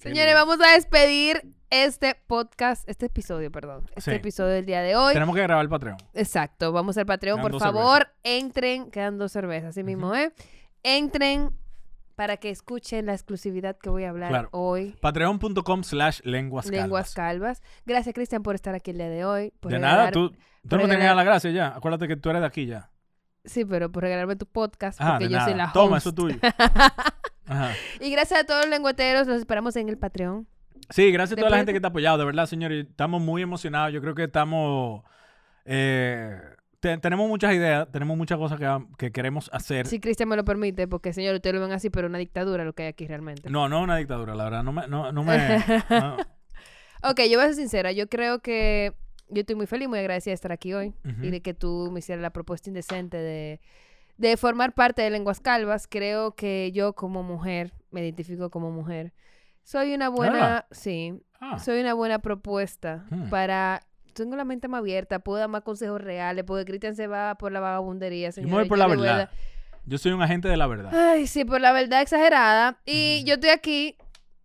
Señores, vamos a despedir este podcast, este episodio, perdón. Este
Sí.
episodio del día de hoy.
Tenemos que grabar el Patreon.
Exacto, vamos al Patreon,
Quedan
por
dos
favor, entren, quedan dos cervezas, así mismo, ¿eh? Entren para que escuchen la exclusividad que voy a hablar
Claro.
hoy.
Patreon.com slash lenguas calvas.
Lenguas calvas. Gracias, Cristian, por estar aquí el día de hoy. Por
De nada,
regalar-
tú, tú no me
regalar-
tenías la gracia ya. Acuérdate que tú eres de aquí ya.
Sí, pero por regalarme tu podcast,
Ajá,
porque
Ah, de
yo soy
nada.
la
Toma,
host.
eso es tuyo. Ajá.
Y gracias a todos los lenguateros, los esperamos en el Patreon.
Sí, gracias a toda la
Después-
gente que te ha apoyado, de verdad, señores. Estamos muy emocionados. Yo creo que estamos. eh, te- tenemos muchas ideas, tenemos muchas cosas que, vam- que queremos hacer.
Si Cristian me lo permite, porque señor, ustedes lo ven así, pero una dictadura lo que hay aquí realmente.
No, no es una dictadura, la verdad. No me. No, no me no.
Ok, yo voy a ser sincera, yo creo que yo estoy muy feliz, muy agradecida de estar aquí hoy
Ujú.
y de que tú me hicieras la propuesta indecente de, de formar parte de Lenguas Calvas. Creo que yo como mujer, me identifico como mujer, soy una buena, sí,
Ah,
soy una buena propuesta
Hmm.
para... Tengo la mente más abierta, puedo dar más consejos reales, porque Cristian se va por la vagabundería.
yo me voy
señores,
por la
de verdad-
verdad. Yo soy un agente de la verdad.
Ay, sí, por la verdad exagerada.
Hmm.
Y yo estoy aquí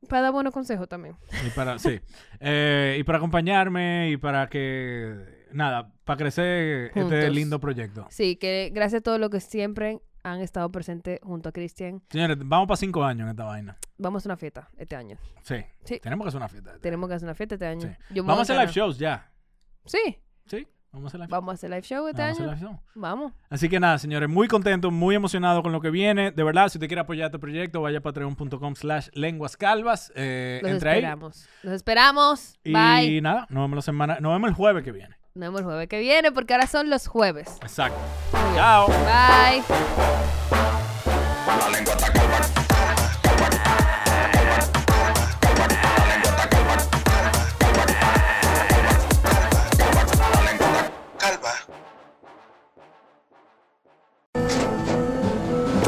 para dar buenos consejos también.
Y para, sí. Eh, y para acompañarme y para que. Nada, para crecer este
Juntos.
lindo proyecto.
Sí, que gracias a todos los que siempre han estado presentes junto a Cristian.
Señores, vamos para cinco años en esta vaina.
Vamos a una fiesta este año.
Sí.
Sí.
Tenemos que hacer una fiesta.
Tenemos que hacer una fiesta este año.
Sí.
Yo me
Vamos a hacer
voy
live shows ya.
Sí,
Sí, vamos a hacer live shows.
vamos a hacer live show este
Vamos a hacer
año.
live shows.
Vamos.
Así que nada, señores, muy contento, muy emocionado con lo que viene. De verdad, si usted quiere apoyar este proyecto, vaya a patreon.com slash lenguas calvas. Eh,
Los
entra ahí.
esperamos. Los esperamos.
Y
Bye.
nada, nos vemos la semana, nos vemos el jueves que viene.
Nos vemos el jueves que viene porque ahora son los jueves.
Exacto. Chao.
Bye.
La lengua está calva, calva, calva, calva, calva, la lengua está calva, calva, calva, calva, la lengua está calva.